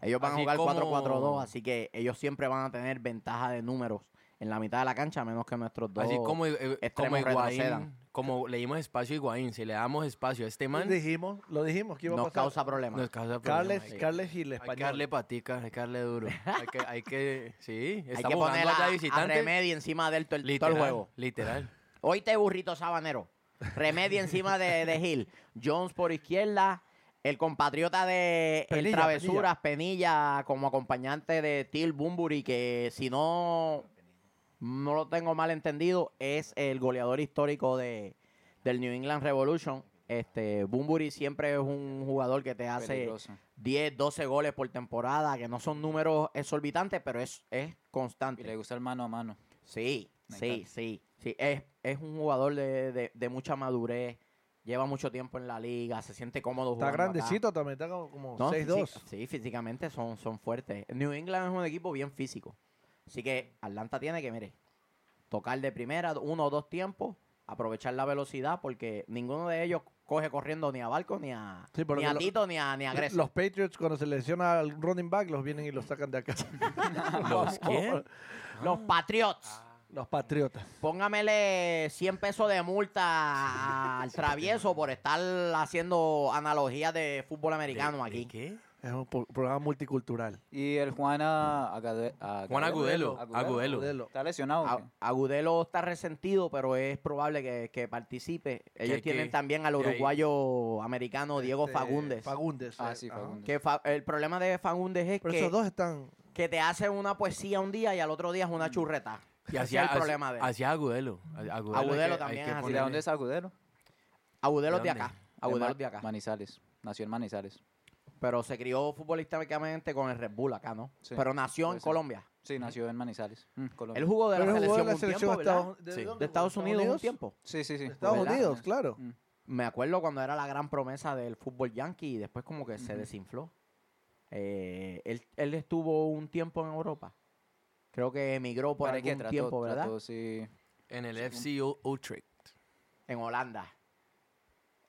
[SPEAKER 1] Ellos van
[SPEAKER 2] Así
[SPEAKER 1] a jugar
[SPEAKER 2] como-
[SPEAKER 1] 4-4-2, así que ellos siempre van a tener ventaja de números en la mitad de la cancha, a menos que nuestros dos.
[SPEAKER 2] Así como, eh, como
[SPEAKER 1] extremos
[SPEAKER 2] Higuaín,
[SPEAKER 1] retrocedan.
[SPEAKER 2] como le dimos espacio a Higuaín, si le damos espacio a este man,
[SPEAKER 6] Dijimos, lo dijimos que iba a
[SPEAKER 1] nos
[SPEAKER 6] pasar.
[SPEAKER 1] causa problemas.
[SPEAKER 2] nos causa problemas.
[SPEAKER 6] Carles,
[SPEAKER 2] Hay-
[SPEAKER 6] Carles Gil,
[SPEAKER 2] Hay que
[SPEAKER 6] español.
[SPEAKER 2] darle patica, hay que darle duro. Hay que, hay que sí,
[SPEAKER 1] Hay
[SPEAKER 2] estamos
[SPEAKER 1] que poner
[SPEAKER 2] jugando allá
[SPEAKER 1] a,
[SPEAKER 2] de
[SPEAKER 1] a
[SPEAKER 2] visitante.
[SPEAKER 1] Remedy encima del todo el, todo el
[SPEAKER 2] literal,
[SPEAKER 1] juego.
[SPEAKER 2] Literal.
[SPEAKER 1] Oíste, burrito sabanero. Remedy encima de, de Hill. Jones por izquierda. El compatriota de El
[SPEAKER 6] Penilla,
[SPEAKER 1] Travesuras, Penilla. como acompañante de Till Bumburi, que si no, no lo tengo mal entendido, es el goleador histórico de, del New England Revolution. Este, Bumburi siempre es un jugador que te hace...
[SPEAKER 3] Peligroso.
[SPEAKER 1] 10, 12 goles por temporada, que no son números exorbitantes, pero es, es
[SPEAKER 3] Y
[SPEAKER 1] constante.
[SPEAKER 3] le gusta el mano a mano.
[SPEAKER 1] Sí,
[SPEAKER 3] Me
[SPEAKER 1] sí,
[SPEAKER 3] encanta.
[SPEAKER 1] sí, sí. Es, es un jugador de, de- de mucha madurez, lleva mucho tiempo en la liga, se siente cómodo
[SPEAKER 6] Está
[SPEAKER 1] jugando acá.
[SPEAKER 6] grandecito también, está como, como
[SPEAKER 1] No,
[SPEAKER 6] 6'2.
[SPEAKER 1] físi- Sí, físicamente son, son fuertes. New England es un equipo bien físico. Así que Atlanta tiene que, mire, tocar de primera uno o dos tiempos, aprovechar la velocidad, porque ninguno de ellos coge corriendo ni a Barco, ni a,
[SPEAKER 6] Sí, pero
[SPEAKER 1] ni
[SPEAKER 6] que
[SPEAKER 1] a
[SPEAKER 6] lo-
[SPEAKER 1] Tito, ni a, ni a Gressel.
[SPEAKER 6] Los Patriots cuando se lesiona al running back los vienen y los sacan de acá.
[SPEAKER 2] ¿Los quién?
[SPEAKER 1] Los Patriots.
[SPEAKER 6] Ah. Los Patriotas.
[SPEAKER 1] Póngamele 100 pesos de multa al travieso por estar haciendo analogías de fútbol americano
[SPEAKER 2] ¿De- de
[SPEAKER 1] aquí.
[SPEAKER 2] qué?
[SPEAKER 6] Es un po- programa multicultural.
[SPEAKER 3] Y el Juana Agade- Agudelo.
[SPEAKER 2] Juan Agudelo. Agudelo.
[SPEAKER 6] Modelo.
[SPEAKER 3] Está lesionado. o
[SPEAKER 1] A-
[SPEAKER 3] qué?
[SPEAKER 1] Agudelo está resentido, pero es probable que, que participe. Ellos
[SPEAKER 2] hay
[SPEAKER 1] tienen
[SPEAKER 2] que-
[SPEAKER 1] también al
[SPEAKER 2] que hay-
[SPEAKER 1] uruguayo americano Diego
[SPEAKER 6] Este,
[SPEAKER 1] Fagundes.
[SPEAKER 6] Fagundes.
[SPEAKER 3] Ah,
[SPEAKER 6] eh,
[SPEAKER 3] sí,
[SPEAKER 6] ajá.
[SPEAKER 3] Fagundes.
[SPEAKER 1] Que fa- el problema de Fagundes es
[SPEAKER 6] Pero
[SPEAKER 1] que,
[SPEAKER 6] esos dos están...
[SPEAKER 1] que te hacen una poesía un día y al otro día es una churreta.
[SPEAKER 2] Y
[SPEAKER 1] Ese es el problema de él.
[SPEAKER 2] Hacia Agudelo. A- Agudelo, hay
[SPEAKER 1] Agudelo
[SPEAKER 2] que- hay
[SPEAKER 1] también
[SPEAKER 2] que
[SPEAKER 1] es así.
[SPEAKER 3] ¿Y de
[SPEAKER 2] ponerle-
[SPEAKER 3] dónde es Agudelo?
[SPEAKER 1] Agudelo es de
[SPEAKER 2] ¿De
[SPEAKER 1] acá.
[SPEAKER 2] dónde?
[SPEAKER 1] Agudelo
[SPEAKER 3] Ma-
[SPEAKER 1] es de acá.
[SPEAKER 3] Manizales. Nació en Manizales.
[SPEAKER 1] Pero se crió futbolísticamente con el Red Bull acá, ¿no?
[SPEAKER 3] Sí,
[SPEAKER 1] pero nació en
[SPEAKER 3] puede ser.
[SPEAKER 1] Colombia.
[SPEAKER 3] Sí, nació en Manizales. Mm, Colombia.
[SPEAKER 1] Él jugó de la
[SPEAKER 6] Pero
[SPEAKER 1] selección,
[SPEAKER 6] jugó en la
[SPEAKER 1] un tiempo,
[SPEAKER 6] selección
[SPEAKER 1] ¿verdad?
[SPEAKER 6] Estados- ¿de
[SPEAKER 2] Sí.
[SPEAKER 6] dónde
[SPEAKER 1] de Estados
[SPEAKER 6] jugó?
[SPEAKER 1] Unidos, un tiempo.
[SPEAKER 3] Sí, sí, sí.
[SPEAKER 6] Estados
[SPEAKER 1] ¿Verdad?
[SPEAKER 6] Unidos, claro.
[SPEAKER 3] Mm.
[SPEAKER 1] Me acuerdo cuando era la gran promesa del fútbol yankee y después como que se
[SPEAKER 3] Ujú.
[SPEAKER 1] desinfló. Eh, él, él estuvo un tiempo en Europa. Creo que emigró por
[SPEAKER 3] Parece
[SPEAKER 1] algún
[SPEAKER 3] trató-
[SPEAKER 1] tiempo, ¿verdad?
[SPEAKER 3] trató, sí.
[SPEAKER 2] En el FC U- Utrecht.
[SPEAKER 1] En Holanda.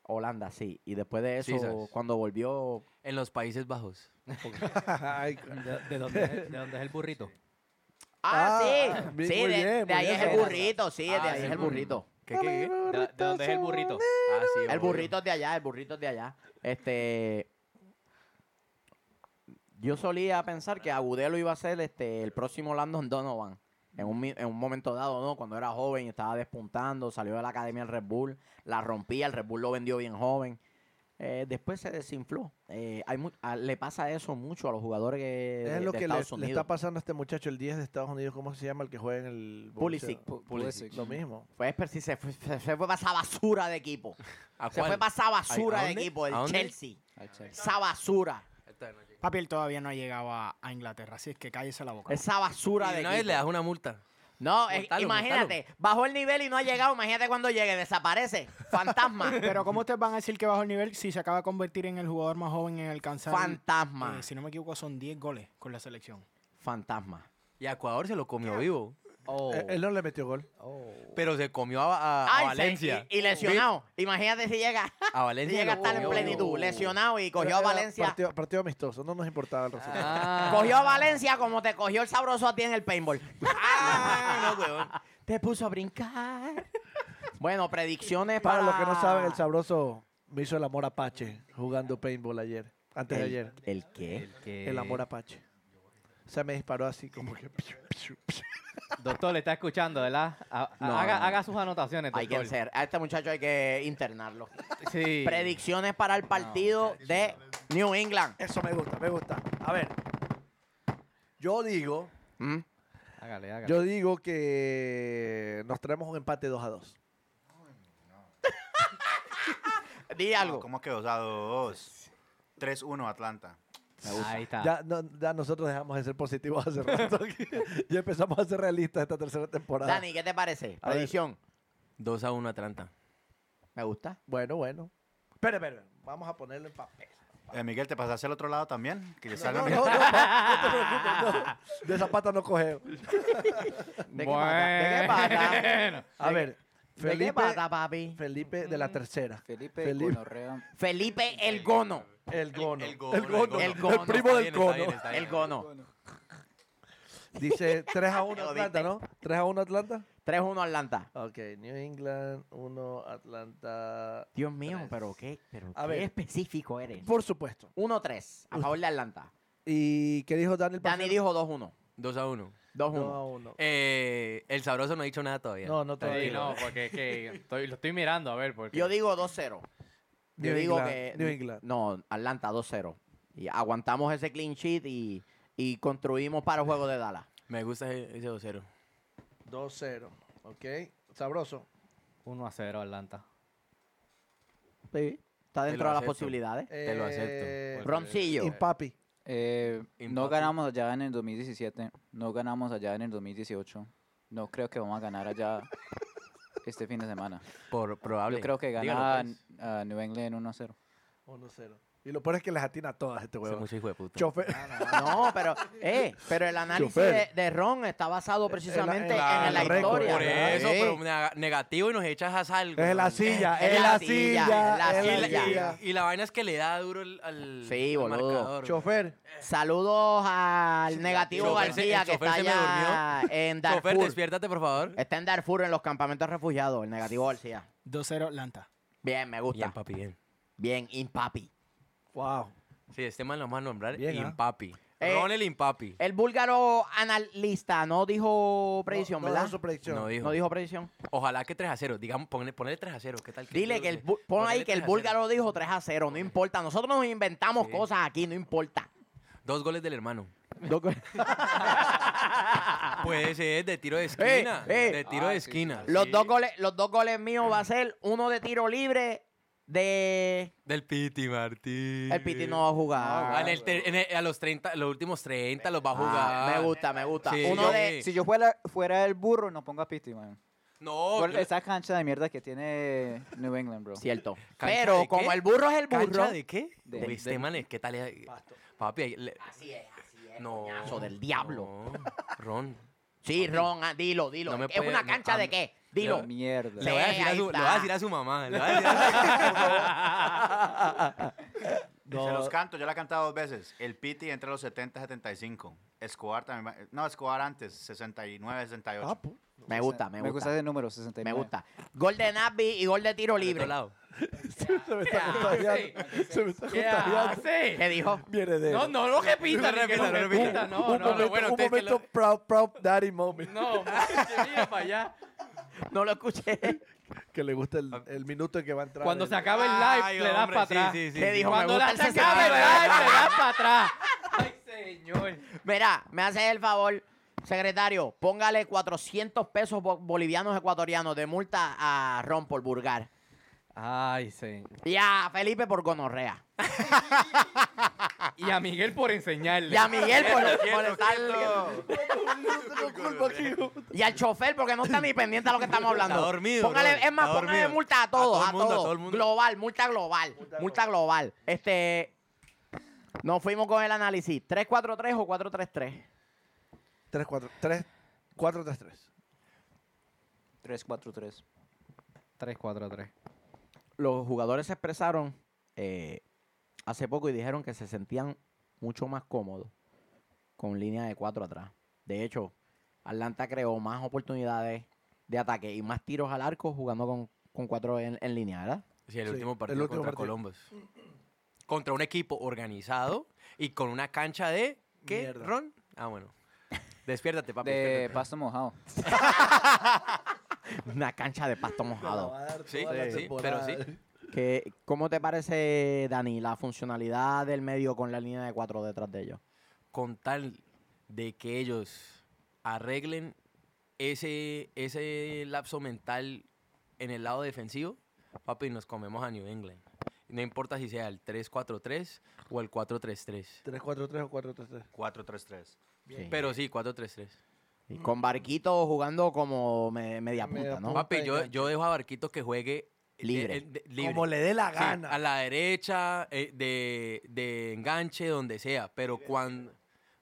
[SPEAKER 1] Holanda, sí. Y después de eso,
[SPEAKER 2] Sí, sabes.
[SPEAKER 1] cuando volvió...
[SPEAKER 2] En los Países Bajos.
[SPEAKER 6] Ay,
[SPEAKER 5] ¿De, de dónde, es, el- de dónde es el burrito?
[SPEAKER 1] ¡Ah,
[SPEAKER 6] Ah,
[SPEAKER 1] sí!
[SPEAKER 6] bien,
[SPEAKER 1] sí,
[SPEAKER 6] muy
[SPEAKER 1] de,
[SPEAKER 6] bien,
[SPEAKER 1] de
[SPEAKER 6] muy
[SPEAKER 1] ahí
[SPEAKER 6] bien,
[SPEAKER 1] es el
[SPEAKER 6] Holanda.
[SPEAKER 1] burrito, sí, de
[SPEAKER 2] Ah,
[SPEAKER 1] ahí es
[SPEAKER 2] sí.
[SPEAKER 1] el burrito.
[SPEAKER 2] ¿Qué, qué, qué?
[SPEAKER 5] ¿De, de dónde es el burrito?
[SPEAKER 2] Ah, sí,
[SPEAKER 1] El
[SPEAKER 2] obvio.
[SPEAKER 1] burrito es de allá, el burrito es de allá. Este. Yo solía pensar que Agudelo iba a ser este, el próximo Landon Donovan. En un, mi- en un momento dado, ¿no? Cuando era joven y estaba despuntando, salió de la academia del Red Bull, la rompía, el Red Bull lo vendió bien joven. Eh, después se desinfló. Eh, hay mu- a- le pasa eso mucho a los jugadores que, de,
[SPEAKER 6] es lo
[SPEAKER 1] de
[SPEAKER 6] que le,
[SPEAKER 1] Estados
[SPEAKER 6] le
[SPEAKER 1] Unidos.
[SPEAKER 6] está pasando a este muchacho el 10 de Estados Unidos. ¿Cómo se llama el que juega en el...
[SPEAKER 1] Pulisic.
[SPEAKER 6] Borussia?
[SPEAKER 3] Pu- Pulisic.
[SPEAKER 6] Lo mismo.
[SPEAKER 1] Pues, pero sí se fue, se- se fue para esa basura de equipo.
[SPEAKER 2] ¿A
[SPEAKER 1] Se fue
[SPEAKER 2] cuál?
[SPEAKER 1] para esa basura de
[SPEAKER 2] dónde?
[SPEAKER 1] equipo,
[SPEAKER 2] ¿A
[SPEAKER 1] el
[SPEAKER 2] dónde?
[SPEAKER 1] Chelsea.
[SPEAKER 3] Al Chelsea.
[SPEAKER 1] Esa basura.
[SPEAKER 7] Papi, él todavía no ha llegado a, a Inglaterra, así es que cállese la boca.
[SPEAKER 1] Esa basura
[SPEAKER 2] Y
[SPEAKER 1] de
[SPEAKER 2] una vez
[SPEAKER 1] equipo.
[SPEAKER 2] le das una multa.
[SPEAKER 1] No, es-
[SPEAKER 2] Mortalo,
[SPEAKER 1] imagínate, bajó el nivel y no ha llegado. Imagínate cuando llegue, desaparece. Fantasma.
[SPEAKER 7] Pero ¿cómo ustedes van a decir que bajó el nivel si se acaba de convertir en el jugador más joven en alcanzar...
[SPEAKER 1] fantasma.
[SPEAKER 7] eh, si no me equivoco, son 10 goles con la selección.
[SPEAKER 1] Fantasma.
[SPEAKER 2] Y a Ecuador se lo comió vivo.
[SPEAKER 6] Eh, Él no le metió gol.
[SPEAKER 2] Pero se comió a, a- a
[SPEAKER 1] Oh. Ay, se-
[SPEAKER 2] Valencia.
[SPEAKER 1] y, y lesionado. Imagínate si llega,
[SPEAKER 2] A
[SPEAKER 1] si
[SPEAKER 2] Valencia.
[SPEAKER 1] llega a
[SPEAKER 2] lo
[SPEAKER 1] estar en
[SPEAKER 2] comió
[SPEAKER 1] plenitud.
[SPEAKER 2] vivo.
[SPEAKER 1] Lesionado y cogió
[SPEAKER 6] Era-
[SPEAKER 1] a
[SPEAKER 6] era
[SPEAKER 1] Valencia. Ah,
[SPEAKER 6] Partido, partido amistoso. No nos importaba el resultado.
[SPEAKER 1] Cogió a Valencia como te cogió el sabroso a ti en el paintball.
[SPEAKER 2] Ah, no, weón.
[SPEAKER 1] Te puso a brincar. Bueno, predicciones para...
[SPEAKER 6] Para los que no saben,
[SPEAKER 1] Ah.
[SPEAKER 6] el sabroso me hizo el amor apache jugando paintball ayer. Antes de ayer.
[SPEAKER 1] ¿El, el qué?
[SPEAKER 6] El amor
[SPEAKER 1] eh.
[SPEAKER 6] apache. O sea, me disparó así como que... piu, piu, piu.
[SPEAKER 5] Doctor, le está escuchando, ¿verdad? Ha- ha-
[SPEAKER 1] No,
[SPEAKER 5] haga,
[SPEAKER 1] no, no.
[SPEAKER 5] haga sus anotaciones,
[SPEAKER 1] Hay que
[SPEAKER 5] doctor.
[SPEAKER 1] ser. A este muchacho hay que internarlo.
[SPEAKER 5] Sí.
[SPEAKER 1] Predicciones para
[SPEAKER 6] Ah,
[SPEAKER 1] el partido de New England.
[SPEAKER 6] Eso me gusta, me gusta. A ver. Yo digo
[SPEAKER 1] Ujú.
[SPEAKER 5] Hágale, hágale.
[SPEAKER 6] Yo digo que nos traemos un empate 2 a 2. Ah,
[SPEAKER 1] Di algo.
[SPEAKER 4] Ah, ¿Cómo quedó? O sea, dos. 3-1 Atlanta.
[SPEAKER 5] Ahí
[SPEAKER 1] Ah.
[SPEAKER 5] está.
[SPEAKER 6] Ya, no- ya nosotros dejamos de ser positivos hace rato. ya empezamos a ser realistas esta tercera temporada.
[SPEAKER 1] Dani, ¿qué te parece?
[SPEAKER 6] A ver.
[SPEAKER 1] Predicción.
[SPEAKER 2] 2 a 1 Atlanta.
[SPEAKER 1] Me gusta.
[SPEAKER 6] Bueno, bueno. Espera, espera. Vamos a ponerlo en papel.
[SPEAKER 4] Eh, Miguel, ¿te pasaste al otro lado también? Que
[SPEAKER 6] No,
[SPEAKER 4] salga
[SPEAKER 6] no, no,
[SPEAKER 4] Miguel.
[SPEAKER 6] no, no te preocupes. no. De zapata no cogeo.
[SPEAKER 1] ¿De qué pata? ¿De qué pata?
[SPEAKER 6] A ver,
[SPEAKER 1] ¿De qué
[SPEAKER 6] Felipe,
[SPEAKER 1] pata, papi?
[SPEAKER 6] Felipe de la tercera.
[SPEAKER 3] Felipe,
[SPEAKER 6] Felipe.
[SPEAKER 3] gonorrea.
[SPEAKER 1] Felipe el Gono.
[SPEAKER 6] El gono.
[SPEAKER 2] el gono, el gono.
[SPEAKER 1] El
[SPEAKER 2] No,
[SPEAKER 1] Gono.
[SPEAKER 2] está
[SPEAKER 6] primo del
[SPEAKER 2] bien, está bien,
[SPEAKER 6] gono.
[SPEAKER 2] está bien.
[SPEAKER 1] El Gono.
[SPEAKER 6] Dice 3 a 1
[SPEAKER 1] Lo
[SPEAKER 6] Atlanta, ¿no? 3 a 1 Atlanta.
[SPEAKER 1] 3-1 Atlanta.
[SPEAKER 6] Ok, New England, 1 Atlanta.
[SPEAKER 1] Dios mío,
[SPEAKER 6] Tres.
[SPEAKER 1] pero qué, pero
[SPEAKER 6] A
[SPEAKER 1] qué
[SPEAKER 6] ver.
[SPEAKER 1] específico eres.
[SPEAKER 6] Por supuesto.
[SPEAKER 1] 1-3 a favor de Atlanta.
[SPEAKER 6] ¿Y qué dijo Daniel?
[SPEAKER 1] Dani dijo 2-1.
[SPEAKER 2] 2 a 1.
[SPEAKER 1] 2-1.
[SPEAKER 6] 1 a 1.
[SPEAKER 2] Eh, el sabroso no ha dicho nada todavía.
[SPEAKER 6] No, no
[SPEAKER 5] Sí,
[SPEAKER 6] todavía.
[SPEAKER 5] no, porque es que estoy- lo estoy mirando, a ver, porque...
[SPEAKER 1] Yo digo 2-0. Yo
[SPEAKER 6] New
[SPEAKER 1] digo
[SPEAKER 6] England,
[SPEAKER 1] que.
[SPEAKER 6] New England.
[SPEAKER 1] No, Atlanta 2-0. Y aguantamos ese clean sheet y, y construimos para el juego de Dallas.
[SPEAKER 2] Me gusta ese ese 2-0.
[SPEAKER 6] 2-0. Ok, sabroso.
[SPEAKER 5] 1 a 0 Atlanta.
[SPEAKER 1] Sí. Está dentro
[SPEAKER 2] lo
[SPEAKER 1] de las
[SPEAKER 2] acepto.
[SPEAKER 1] posibilidades.
[SPEAKER 2] Te lo acepto.
[SPEAKER 6] Eh,
[SPEAKER 1] Roncillo.
[SPEAKER 6] Impapi.
[SPEAKER 3] Eh, no
[SPEAKER 2] Empate.
[SPEAKER 3] ganamos allá en el 2017, no ganamos allá en el 2018. No creo que vamos a ganar allá este fin de semana.
[SPEAKER 2] Por probable.
[SPEAKER 3] Yo creo que
[SPEAKER 2] Dígalo,
[SPEAKER 3] gana
[SPEAKER 2] pues.
[SPEAKER 3] a New England 1 0.
[SPEAKER 6] 1-0. Y lo peor es que les atina a todas este
[SPEAKER 2] Ese
[SPEAKER 6] huevo.
[SPEAKER 2] mucho hijo de puta.
[SPEAKER 6] Chofer.
[SPEAKER 1] No, pero, eh, pero el análisis de,
[SPEAKER 6] Chofer.
[SPEAKER 1] de Ron está basado precisamente
[SPEAKER 6] en
[SPEAKER 2] Ah,
[SPEAKER 6] la-
[SPEAKER 1] en la
[SPEAKER 6] récord.
[SPEAKER 1] historia.
[SPEAKER 2] Por
[SPEAKER 6] ¿verdad?
[SPEAKER 2] eso,
[SPEAKER 1] Sí.
[SPEAKER 2] pero nega- negativo y nos echas a sal.
[SPEAKER 6] Es la silla, es la silla,
[SPEAKER 2] Y
[SPEAKER 6] es la
[SPEAKER 1] silla.
[SPEAKER 6] silla.
[SPEAKER 2] la, y- y la vaina es que le da duro el- al,
[SPEAKER 1] Sí,
[SPEAKER 2] al
[SPEAKER 1] boludo.
[SPEAKER 2] marcador.
[SPEAKER 6] Chofer.
[SPEAKER 1] Saludos al negativo
[SPEAKER 2] chofer se-
[SPEAKER 1] García
[SPEAKER 2] el
[SPEAKER 1] que
[SPEAKER 2] chofer
[SPEAKER 1] está
[SPEAKER 2] se me
[SPEAKER 1] allá en
[SPEAKER 2] Chofer,
[SPEAKER 1] Darfur.
[SPEAKER 2] despiértate, por favor.
[SPEAKER 1] Está en Darfur en los campamentos refugiados, el negativo García.
[SPEAKER 7] 2-0 Atlanta.
[SPEAKER 1] Bien, me
[SPEAKER 2] Bien,
[SPEAKER 1] gusta.
[SPEAKER 2] papi, bien.
[SPEAKER 1] Bien, impapi.
[SPEAKER 6] Wow.
[SPEAKER 2] Sí, este man lo vamos a nombrar
[SPEAKER 6] Bien, ¿ah?
[SPEAKER 2] Impapi.
[SPEAKER 1] Eh,
[SPEAKER 2] Ron el Impapi.
[SPEAKER 1] El búlgaro analista no dijo predicción,
[SPEAKER 6] No- no
[SPEAKER 1] ¿verdad?
[SPEAKER 6] da su predicción.
[SPEAKER 2] No dijo.
[SPEAKER 1] No dijo predicción.
[SPEAKER 2] Ojalá que 3 a 0. Digamos, ponle, ponle 3 a 0. ¿Qué tal?
[SPEAKER 1] Dile que el bú- pon
[SPEAKER 2] Ponle
[SPEAKER 1] ahí que el
[SPEAKER 2] 3 a 0.
[SPEAKER 1] búlgaro dijo 3 a 0, no importa. Nosotros nos inventamos
[SPEAKER 2] Sí.
[SPEAKER 1] cosas aquí, no importa.
[SPEAKER 2] Dos goles del hermano.
[SPEAKER 1] Loco.
[SPEAKER 2] Puede ser de tiro de esquina.
[SPEAKER 1] eh.
[SPEAKER 2] De tiro
[SPEAKER 3] Ah,
[SPEAKER 2] de
[SPEAKER 3] sí,
[SPEAKER 2] esquina.
[SPEAKER 1] Los dos goles, los dos goles míos va a ser uno de tiro libre de
[SPEAKER 2] Del Piti Martín.
[SPEAKER 1] el Piti no va a jugar.
[SPEAKER 2] Ah, en el ter- en el- a los 30, los últimos 30 los va a jugar.
[SPEAKER 1] Ah, me gusta, me gusta.
[SPEAKER 2] Sí,
[SPEAKER 1] uno
[SPEAKER 2] yo-
[SPEAKER 1] de
[SPEAKER 3] Si yo fuera, fuera el burro, no ponga piti, man.
[SPEAKER 2] No,
[SPEAKER 3] Por
[SPEAKER 2] Oh, yo-
[SPEAKER 3] esa cancha de mierda que tiene New England, bro.
[SPEAKER 1] cierto.
[SPEAKER 2] ¿Cancha
[SPEAKER 1] Pero
[SPEAKER 2] de
[SPEAKER 1] como
[SPEAKER 2] qué?
[SPEAKER 1] el burro es el burro.
[SPEAKER 2] ¿cancha de qué?
[SPEAKER 3] De-
[SPEAKER 2] Uy, este man, es- ¿qué tal? es- Papi, ahí le-
[SPEAKER 1] Así es, así es.
[SPEAKER 2] no.
[SPEAKER 1] coñazo del diablo.
[SPEAKER 2] no, Ron.
[SPEAKER 1] Sí, Ron, ah, dilo, dilo.
[SPEAKER 2] No me
[SPEAKER 1] ¿Es
[SPEAKER 2] puede-
[SPEAKER 1] una
[SPEAKER 2] no,
[SPEAKER 1] cancha
[SPEAKER 2] ah,
[SPEAKER 1] de qué? Dilo.
[SPEAKER 3] De Oh, mierda.
[SPEAKER 1] Sí,
[SPEAKER 2] Le voy a decir a
[SPEAKER 1] ahí
[SPEAKER 2] su- le
[SPEAKER 1] está.
[SPEAKER 2] voy a decir a su mamá. le voy a decir a
[SPEAKER 4] Se los
[SPEAKER 6] No.
[SPEAKER 4] canto, yo la he cantado dos veces. El Piti entre los 70 y 75. Escobar también. va- No, Escobar antes, 69, 68.
[SPEAKER 6] Papu.
[SPEAKER 1] Me gusta, me
[SPEAKER 3] Me gusta este,
[SPEAKER 1] gusta.
[SPEAKER 3] ese número, 69.
[SPEAKER 1] Me gusta. Gol de Nabi y gol de tiro
[SPEAKER 2] su-
[SPEAKER 1] libre.
[SPEAKER 2] Otro lado.
[SPEAKER 6] Se me está contagiando. Se me está contagiando.
[SPEAKER 1] ¿Qué dijo?
[SPEAKER 6] Mi heredero.
[SPEAKER 5] No, no lo
[SPEAKER 2] No
[SPEAKER 5] repita,
[SPEAKER 2] repita,
[SPEAKER 5] no
[SPEAKER 2] no
[SPEAKER 5] repita.
[SPEAKER 2] repita.
[SPEAKER 5] No,
[SPEAKER 6] un
[SPEAKER 5] no,
[SPEAKER 6] momento,
[SPEAKER 5] no, bueno,
[SPEAKER 6] un
[SPEAKER 5] ustedes que
[SPEAKER 6] momento
[SPEAKER 5] lo...
[SPEAKER 6] proud, proud daddy moment.
[SPEAKER 5] No, muchacho, mira para allá.
[SPEAKER 1] No lo escuché.
[SPEAKER 6] Que le gusta el, el minuto en que va a entrar.
[SPEAKER 5] Cuando
[SPEAKER 6] el-
[SPEAKER 5] se acaba el live,
[SPEAKER 2] Ay,
[SPEAKER 5] le das
[SPEAKER 2] hombre,
[SPEAKER 5] para
[SPEAKER 2] sí,
[SPEAKER 5] atrás.
[SPEAKER 2] sí, sí,
[SPEAKER 1] ¿Qué
[SPEAKER 2] sí.
[SPEAKER 1] dijo? Me
[SPEAKER 5] Cuando
[SPEAKER 1] gusta
[SPEAKER 5] la
[SPEAKER 1] el
[SPEAKER 5] se acaba
[SPEAKER 1] señor.
[SPEAKER 5] el live, le das para atrás. Ay, señor.
[SPEAKER 1] Mira, me haces el favor, secretario, póngale 400 pesos bo- bolivianos ecuatorianos de multa a Ron por burgar.
[SPEAKER 5] Ay, señor.
[SPEAKER 1] Y a Felipe por gonorrea.
[SPEAKER 5] Y a Miguel por enseñarle.
[SPEAKER 1] Y a Miguel por, por
[SPEAKER 2] Quieto,
[SPEAKER 1] estar-
[SPEAKER 2] quieto.
[SPEAKER 1] Y al chofer porque no está ni pendiente a lo que estamos hablando.
[SPEAKER 2] Está dormido,
[SPEAKER 1] Póngale,
[SPEAKER 2] brother,
[SPEAKER 1] es más,
[SPEAKER 2] está
[SPEAKER 1] póngale
[SPEAKER 2] dormido.
[SPEAKER 1] multa a
[SPEAKER 2] A todo
[SPEAKER 1] todos,
[SPEAKER 2] el
[SPEAKER 1] a
[SPEAKER 2] mundo, a
[SPEAKER 1] todos.
[SPEAKER 2] todo el mundo.
[SPEAKER 1] Global, multa global. Multa global. Este. Nos fuimos con el análisis. ¿3-4-3 o 4-3-3?
[SPEAKER 6] 3, 4, 3, 4, 3, 3.
[SPEAKER 3] 3-4-3.
[SPEAKER 5] 3-4-3.
[SPEAKER 1] los jugadores se expresaron eh, hace poco y dijeron que se sentían mucho más cómodos con línea de cuatro atrás. De hecho, Atlanta creó más oportunidades de ataque y más tiros al arco jugando con, con cuatro en, en línea, ¿verdad?
[SPEAKER 2] Sí, el
[SPEAKER 6] Sí,
[SPEAKER 2] último
[SPEAKER 6] el
[SPEAKER 2] partido
[SPEAKER 6] último
[SPEAKER 2] contra
[SPEAKER 6] partido.
[SPEAKER 2] Columbus. Contra un equipo organizado y con una cancha de. ¿Qué?
[SPEAKER 6] Mierda.
[SPEAKER 2] ¿Ron? Ah, bueno. Despiértate, papi.
[SPEAKER 3] De
[SPEAKER 2] despiértate.
[SPEAKER 3] pasto mojado.
[SPEAKER 1] Una cancha de pasto mojado.
[SPEAKER 2] Sí, sí, pero sí.
[SPEAKER 1] ¿Qué- ¿Cómo te parece, Dani, la funcionalidad del medio con la línea de cuatro detrás de ellos?
[SPEAKER 2] Con tal de que ellos arreglen ese, ese lapso mental en el lado defensivo, papi, nos comemos a New England. No importa si sea el 3-4-3 o el 4-3-3.
[SPEAKER 6] 3-4-3 o 4-3-3.
[SPEAKER 4] 4-3-3.
[SPEAKER 1] Sí.
[SPEAKER 2] Pero sí, 4-3-3.
[SPEAKER 1] Y con Barquito jugando como me- media
[SPEAKER 6] Media
[SPEAKER 1] punta, ¿no?
[SPEAKER 6] punta.
[SPEAKER 2] Papi,
[SPEAKER 6] de
[SPEAKER 2] yo,
[SPEAKER 6] cancha.
[SPEAKER 2] yo dejo a Barquito que juegue de-
[SPEAKER 1] Libre.
[SPEAKER 2] de- de- libre.
[SPEAKER 6] Como le dé la
[SPEAKER 2] Sí,
[SPEAKER 6] gana.
[SPEAKER 2] a la derecha, eh, de, de enganche, donde sea. Pero cuando,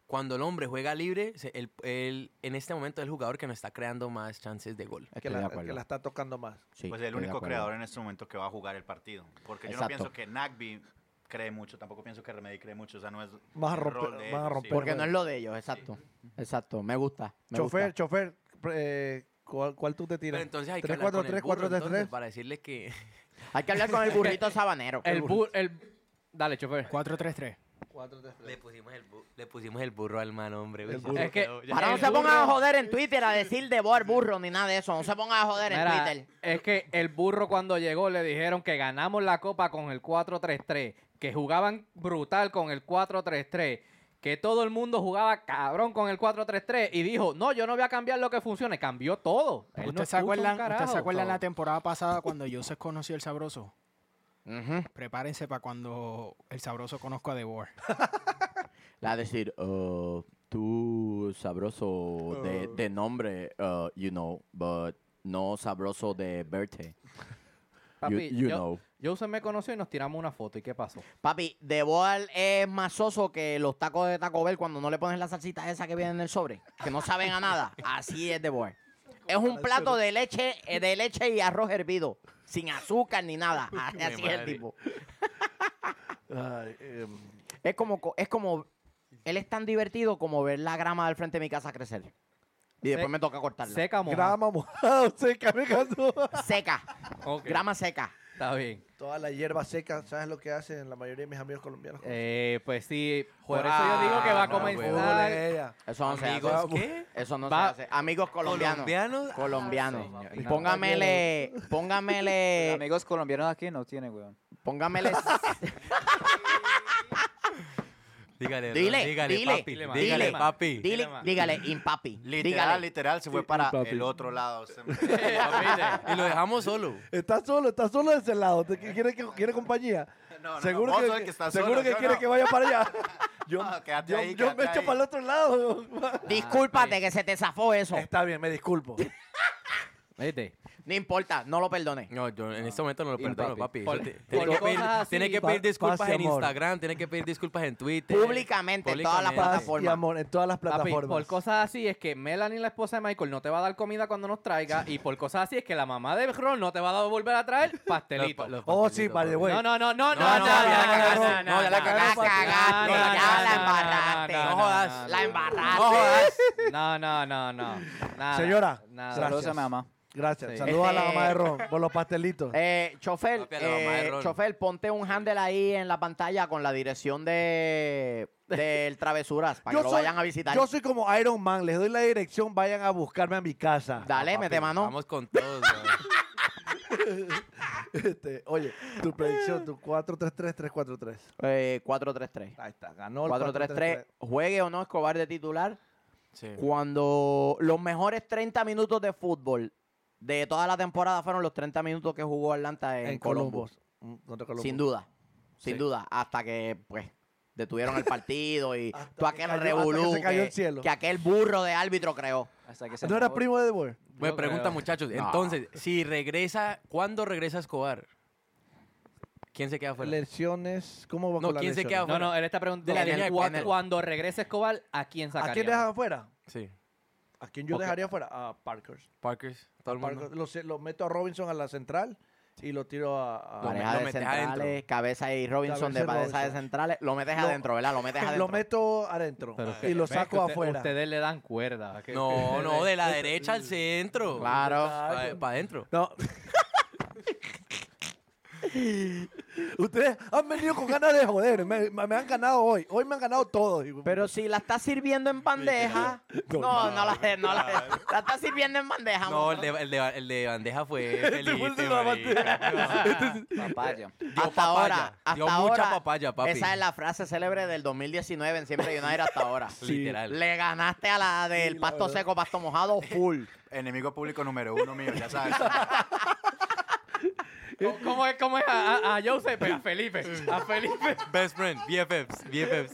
[SPEAKER 2] cuando el hombre juega libre, se- él, él- en este momento es el jugador que nos está creando más chances de gol.
[SPEAKER 6] que,
[SPEAKER 1] Estoy de
[SPEAKER 6] la,
[SPEAKER 1] acuerdo.
[SPEAKER 6] que la está tocando más.
[SPEAKER 1] Sí,
[SPEAKER 4] Pues el
[SPEAKER 1] estoy de
[SPEAKER 4] único
[SPEAKER 1] acuerdo.
[SPEAKER 4] creador en este momento que va a jugar el partido. Porque yo no
[SPEAKER 1] Exacto.
[SPEAKER 4] pienso que Nagby cree mucho, tampoco pienso que Remedy cree mucho. O sea, no es.
[SPEAKER 6] Vas a
[SPEAKER 4] el
[SPEAKER 6] romper-
[SPEAKER 4] rol
[SPEAKER 6] vas
[SPEAKER 4] de
[SPEAKER 6] a
[SPEAKER 4] ellos,
[SPEAKER 6] romper.
[SPEAKER 1] Porque
[SPEAKER 6] Pero
[SPEAKER 1] no es
[SPEAKER 6] bueno.
[SPEAKER 1] lo de ellos, exacto. Exacto, me gusta. me
[SPEAKER 6] chofer,
[SPEAKER 1] gusta.
[SPEAKER 6] chofer, pre- eh, ¿cuál, cuál tú te tiras?
[SPEAKER 2] Pero entonces hay que
[SPEAKER 6] 3,
[SPEAKER 2] hablar
[SPEAKER 6] 4,
[SPEAKER 2] con
[SPEAKER 6] 3,
[SPEAKER 2] el burro,
[SPEAKER 6] 4, 3,
[SPEAKER 2] entonces,
[SPEAKER 6] 3.
[SPEAKER 2] para decirle que...
[SPEAKER 1] Hay que hablar con el burrito sabanero.
[SPEAKER 5] El bu- el... Dale, chofer.
[SPEAKER 7] 4-3-3.
[SPEAKER 2] Le pusimos el, bu- le pusimos el burro al man, hombre.
[SPEAKER 6] El
[SPEAKER 2] güey.
[SPEAKER 6] burro.
[SPEAKER 5] Es que-
[SPEAKER 1] Ahora no
[SPEAKER 5] El
[SPEAKER 1] se pongan a
[SPEAKER 5] burro-
[SPEAKER 1] joder en Twitter a decir de vos al burro ni nada de eso. No se pongan a joder en
[SPEAKER 5] Mira,
[SPEAKER 1] Twitter.
[SPEAKER 5] es que el burro cuando llegó le dijeron que ganamos la copa con el 4-3-3, que jugaban brutal con el 4-3-3, que todo el mundo jugaba cabrón con el 4-3-3 y dijo, no, yo no voy a cambiar lo que funcione, cambió todo. Él no
[SPEAKER 7] ¿Ustedes
[SPEAKER 5] escucha
[SPEAKER 7] se
[SPEAKER 5] un
[SPEAKER 7] acuerdan,
[SPEAKER 5] carajo,
[SPEAKER 7] ustedes se acuerdan
[SPEAKER 5] so-
[SPEAKER 7] la temporada pasada cuando Joseph conoció el Sabroso?
[SPEAKER 1] Ujú.
[SPEAKER 7] Prepárense para cuando el Sabroso conozca a Devor.
[SPEAKER 1] La decir, uh, tú sabroso de, de nombre, uh, you know, but no sabroso de verte. You,
[SPEAKER 5] Papi,
[SPEAKER 1] you
[SPEAKER 5] yo-
[SPEAKER 1] know.
[SPEAKER 5] Joseph me conoció y nos tiramos una foto. ¿Y qué pasó?
[SPEAKER 1] Papi, de Boal es más soso que los tacos de Taco Bell cuando no le pones la salsita esa que viene en el sobre, que no saben a nada. Así es de Boal. Es un plato de leche, eh, de leche y arroz hervido, sin azúcar ni nada. Así, así es el
[SPEAKER 2] madre.
[SPEAKER 1] tipo.
[SPEAKER 6] Ay, em,
[SPEAKER 1] Es como, co- es como, él es tan divertido como ver la grama del frente de mi casa crecer. Y después me toca cortarla. Seca.
[SPEAKER 5] Seca, moja.
[SPEAKER 6] grama mojada, seca, me encantó.
[SPEAKER 5] Ok,
[SPEAKER 1] Grama seca.
[SPEAKER 5] Está bien.
[SPEAKER 6] Toda la hierba seca, ¿sabes lo que hacen la mayoría de mis amigos colombianos?
[SPEAKER 5] Eh, pues sí, por
[SPEAKER 2] Juega-
[SPEAKER 5] eso yo digo que va a
[SPEAKER 2] Ah, no, güey.
[SPEAKER 5] comenzar...
[SPEAKER 6] ella.
[SPEAKER 1] Eso no se
[SPEAKER 2] Amigos,
[SPEAKER 1] hace.
[SPEAKER 2] ¿qué?
[SPEAKER 1] Eso no
[SPEAKER 5] Va-
[SPEAKER 1] se hace. Amigos colombianos.
[SPEAKER 2] ¿Colombianos?
[SPEAKER 1] Colombianos.
[SPEAKER 2] Ah, señor.
[SPEAKER 1] Y Póngamele,
[SPEAKER 3] Los
[SPEAKER 1] póngamele,
[SPEAKER 3] amigos colombianos aquí no tienen, weón.
[SPEAKER 1] póngamele.
[SPEAKER 2] Dígale, Ron,
[SPEAKER 1] Dile,
[SPEAKER 2] dígale,
[SPEAKER 1] dile,
[SPEAKER 2] papi.
[SPEAKER 5] dile,
[SPEAKER 2] dígale,
[SPEAKER 1] dile,
[SPEAKER 2] papi.
[SPEAKER 1] Dile,
[SPEAKER 5] Mira, ma.
[SPEAKER 1] dígale, impapi.
[SPEAKER 4] Literal,
[SPEAKER 1] Dígale.
[SPEAKER 4] literal, se fue para el otro lado. Se me-
[SPEAKER 2] y lo dejamos solo.
[SPEAKER 6] Está solo, está solo de ese lado. ¿Te- ¿Quiere, que- quiere compañía?
[SPEAKER 4] No, no,
[SPEAKER 6] seguro
[SPEAKER 4] no, vos sos
[SPEAKER 6] que,
[SPEAKER 4] el que está
[SPEAKER 6] seguro
[SPEAKER 4] solo,
[SPEAKER 6] que
[SPEAKER 4] yo
[SPEAKER 6] quiere
[SPEAKER 4] no.
[SPEAKER 6] que vaya para allá. Yo,
[SPEAKER 4] No, quédate
[SPEAKER 6] yo-
[SPEAKER 4] ahí,
[SPEAKER 6] yo me
[SPEAKER 4] quédate
[SPEAKER 6] echo
[SPEAKER 4] ahí.
[SPEAKER 6] para el otro lado.
[SPEAKER 1] Discúlpate que se te zafó eso.
[SPEAKER 6] Está bien, me disculpo.
[SPEAKER 5] Viste.
[SPEAKER 1] No importa, no lo perdones.
[SPEAKER 2] No, yo en este momento no lo
[SPEAKER 3] Impapi.
[SPEAKER 2] perdono, papi.
[SPEAKER 5] Por-
[SPEAKER 2] Eso te-
[SPEAKER 5] por
[SPEAKER 2] tiene, que
[SPEAKER 5] cosas
[SPEAKER 2] pedir,
[SPEAKER 5] así.
[SPEAKER 2] tiene que
[SPEAKER 6] Pa-
[SPEAKER 2] pedir
[SPEAKER 6] paz y
[SPEAKER 2] disculpas en
[SPEAKER 6] amor.
[SPEAKER 2] Instagram, tiene que pedir disculpas en Twitter.
[SPEAKER 1] Públicamente, en todas las
[SPEAKER 2] Públicamente.
[SPEAKER 6] Paz y
[SPEAKER 1] plataformas.
[SPEAKER 6] amor en todas las
[SPEAKER 5] Papi,
[SPEAKER 6] plataformas.
[SPEAKER 5] por cosas así es que Melanie, la esposa de Michael, no te va a dar comida cuando nos traiga. Y por cosas así es que la mamá de Ron no te va a volver a traer
[SPEAKER 2] Los
[SPEAKER 5] pastelito.
[SPEAKER 2] pa- los
[SPEAKER 6] Oh, sí,
[SPEAKER 2] pastelitos,
[SPEAKER 6] vale,
[SPEAKER 2] papi.
[SPEAKER 6] güey.
[SPEAKER 5] No, no, no, no, no, no,
[SPEAKER 2] No,
[SPEAKER 5] no,
[SPEAKER 2] no, ya
[SPEAKER 5] ya la
[SPEAKER 2] la
[SPEAKER 5] cagaste,
[SPEAKER 2] cagaste,
[SPEAKER 5] no,
[SPEAKER 2] no, ya la
[SPEAKER 5] no,
[SPEAKER 1] cagaste,
[SPEAKER 5] no,
[SPEAKER 1] cagaste,
[SPEAKER 5] no,
[SPEAKER 1] ya
[SPEAKER 5] no,
[SPEAKER 1] la
[SPEAKER 5] no,
[SPEAKER 1] embarraste.
[SPEAKER 5] no,
[SPEAKER 1] No
[SPEAKER 2] jodas.
[SPEAKER 1] La embarraste.
[SPEAKER 2] No jodas.
[SPEAKER 5] No, no, no, no. nada,
[SPEAKER 6] Señora,
[SPEAKER 5] nada.
[SPEAKER 6] Gracias.
[SPEAKER 3] Saludos a mi mamá.
[SPEAKER 6] Gracias.
[SPEAKER 5] Sí.
[SPEAKER 6] Saludos a la
[SPEAKER 1] Este-
[SPEAKER 6] mamá de Ron por los pastelitos.
[SPEAKER 1] Eh, chofer,
[SPEAKER 2] Papi, a la mamá de
[SPEAKER 1] eh,
[SPEAKER 2] Ron.
[SPEAKER 1] chofer, ponte un handle ahí en la pantalla con la dirección de del Travesuras para que lo vayan a visitar.
[SPEAKER 6] Yo soy como Iron Man, les doy la dirección, vayan a buscarme a mi casa.
[SPEAKER 1] Dale,
[SPEAKER 2] Ah, Papi,
[SPEAKER 1] mete mano.
[SPEAKER 2] Vamos con todos, güey.
[SPEAKER 6] Este, oye, tu predicción, tu 4-3-3-3-4-3.
[SPEAKER 1] Eh, 4-3-3.
[SPEAKER 6] Ahí está, ganó el
[SPEAKER 1] 4-3-3.
[SPEAKER 6] 4-3-3.
[SPEAKER 1] Juegue o no Escobar de titular.
[SPEAKER 2] Sí.
[SPEAKER 1] Cuando los mejores 30 minutos de fútbol de toda la temporada fueron los 30 minutos que jugó Atlanta en,
[SPEAKER 6] En
[SPEAKER 1] Colombo.
[SPEAKER 6] Columbus. Mm, contra Columbus.
[SPEAKER 1] Sin duda. Sin
[SPEAKER 2] Sí.
[SPEAKER 1] duda. Hasta que, pues, detuvieron el partido y
[SPEAKER 6] Hasta
[SPEAKER 1] todo
[SPEAKER 6] que
[SPEAKER 1] aquel
[SPEAKER 6] cayó- hasta que se
[SPEAKER 1] revolú
[SPEAKER 6] cayó
[SPEAKER 1] que-
[SPEAKER 6] el cielo.
[SPEAKER 1] que aquel burro de árbitro creó.
[SPEAKER 3] Hasta que se
[SPEAKER 6] ¿No era
[SPEAKER 3] acabó.
[SPEAKER 6] primo de The Boy?
[SPEAKER 2] Bueno,
[SPEAKER 5] Yo
[SPEAKER 2] pregunta,
[SPEAKER 5] creo.
[SPEAKER 2] muchachos.
[SPEAKER 1] No.
[SPEAKER 2] Entonces, si regresa, ¿cuándo regresa Escobar? ¿Quién se queda fuera?
[SPEAKER 6] Lesiones. ¿Cómo va
[SPEAKER 2] No,
[SPEAKER 6] con las
[SPEAKER 2] ¿quién se
[SPEAKER 6] lesiones?
[SPEAKER 2] queda
[SPEAKER 5] No, no, él está preguntando
[SPEAKER 2] De la línea de
[SPEAKER 5] cua-
[SPEAKER 2] penal.
[SPEAKER 5] cuando regrese Escobar, ¿a quién sacaría?
[SPEAKER 6] ¿A quién dejas afuera?
[SPEAKER 2] Sí.
[SPEAKER 6] ¿A quién yo
[SPEAKER 2] Ok.
[SPEAKER 6] dejaría afuera? A Parkers.
[SPEAKER 2] Parkers. Todo el mundo.
[SPEAKER 6] Parkers. Lo, se- lo meto a Robinson a la central y lo tiro a. a-
[SPEAKER 2] Ah, Lo
[SPEAKER 1] Pareja
[SPEAKER 2] lo
[SPEAKER 1] de
[SPEAKER 2] metes
[SPEAKER 1] centrales,
[SPEAKER 2] adentro.
[SPEAKER 1] cabeza y Robinson
[SPEAKER 6] Cabeza y
[SPEAKER 1] de pareja de
[SPEAKER 6] Robinson.
[SPEAKER 1] centrales. Lo metes
[SPEAKER 6] Lo-
[SPEAKER 1] adentro, ¿verdad? Lo metes adentro.
[SPEAKER 6] lo meto adentro
[SPEAKER 5] Pero que-
[SPEAKER 6] y lo
[SPEAKER 5] ves que
[SPEAKER 6] saco
[SPEAKER 5] usted-
[SPEAKER 6] afuera.
[SPEAKER 5] Ustedes le dan cuerda. que-
[SPEAKER 2] No,
[SPEAKER 5] ustedes-
[SPEAKER 2] no, de la derecha al centro.
[SPEAKER 1] Claro.
[SPEAKER 2] Para adentro.
[SPEAKER 6] No. Ustedes han venido con ganas de joder. Me, me- me han ganado hoy. Hoy me han ganado todos. hijo de
[SPEAKER 1] Pero
[SPEAKER 6] puta.
[SPEAKER 1] si la estás sirviendo en bandeja.
[SPEAKER 6] No,
[SPEAKER 1] No, no, la, no la, la estás sirviendo en bandeja.
[SPEAKER 2] No,
[SPEAKER 1] amor.
[SPEAKER 2] el de, el de- el de bandeja fue Felipe,
[SPEAKER 6] de la bandeja.
[SPEAKER 2] marica.
[SPEAKER 3] Papaya.
[SPEAKER 2] Dio
[SPEAKER 1] Hasta
[SPEAKER 2] papaya,
[SPEAKER 1] ahora, hasta
[SPEAKER 2] dio mucha
[SPEAKER 1] ahora,
[SPEAKER 2] papaya, papi.
[SPEAKER 1] Esa es la frase célebre del 2019 en Siempre United hasta ahora.
[SPEAKER 2] Literal.
[SPEAKER 1] Le ganaste a la del pasto seco, pasto mojado, full.
[SPEAKER 4] Enemigo público número uno mío, ya sabes.
[SPEAKER 5] ¿Cómo- ¿Cómo es, cómo es a, a, a Joseph? A Felipe. A Felipe.
[SPEAKER 2] Best friend, BFFs, BFFs.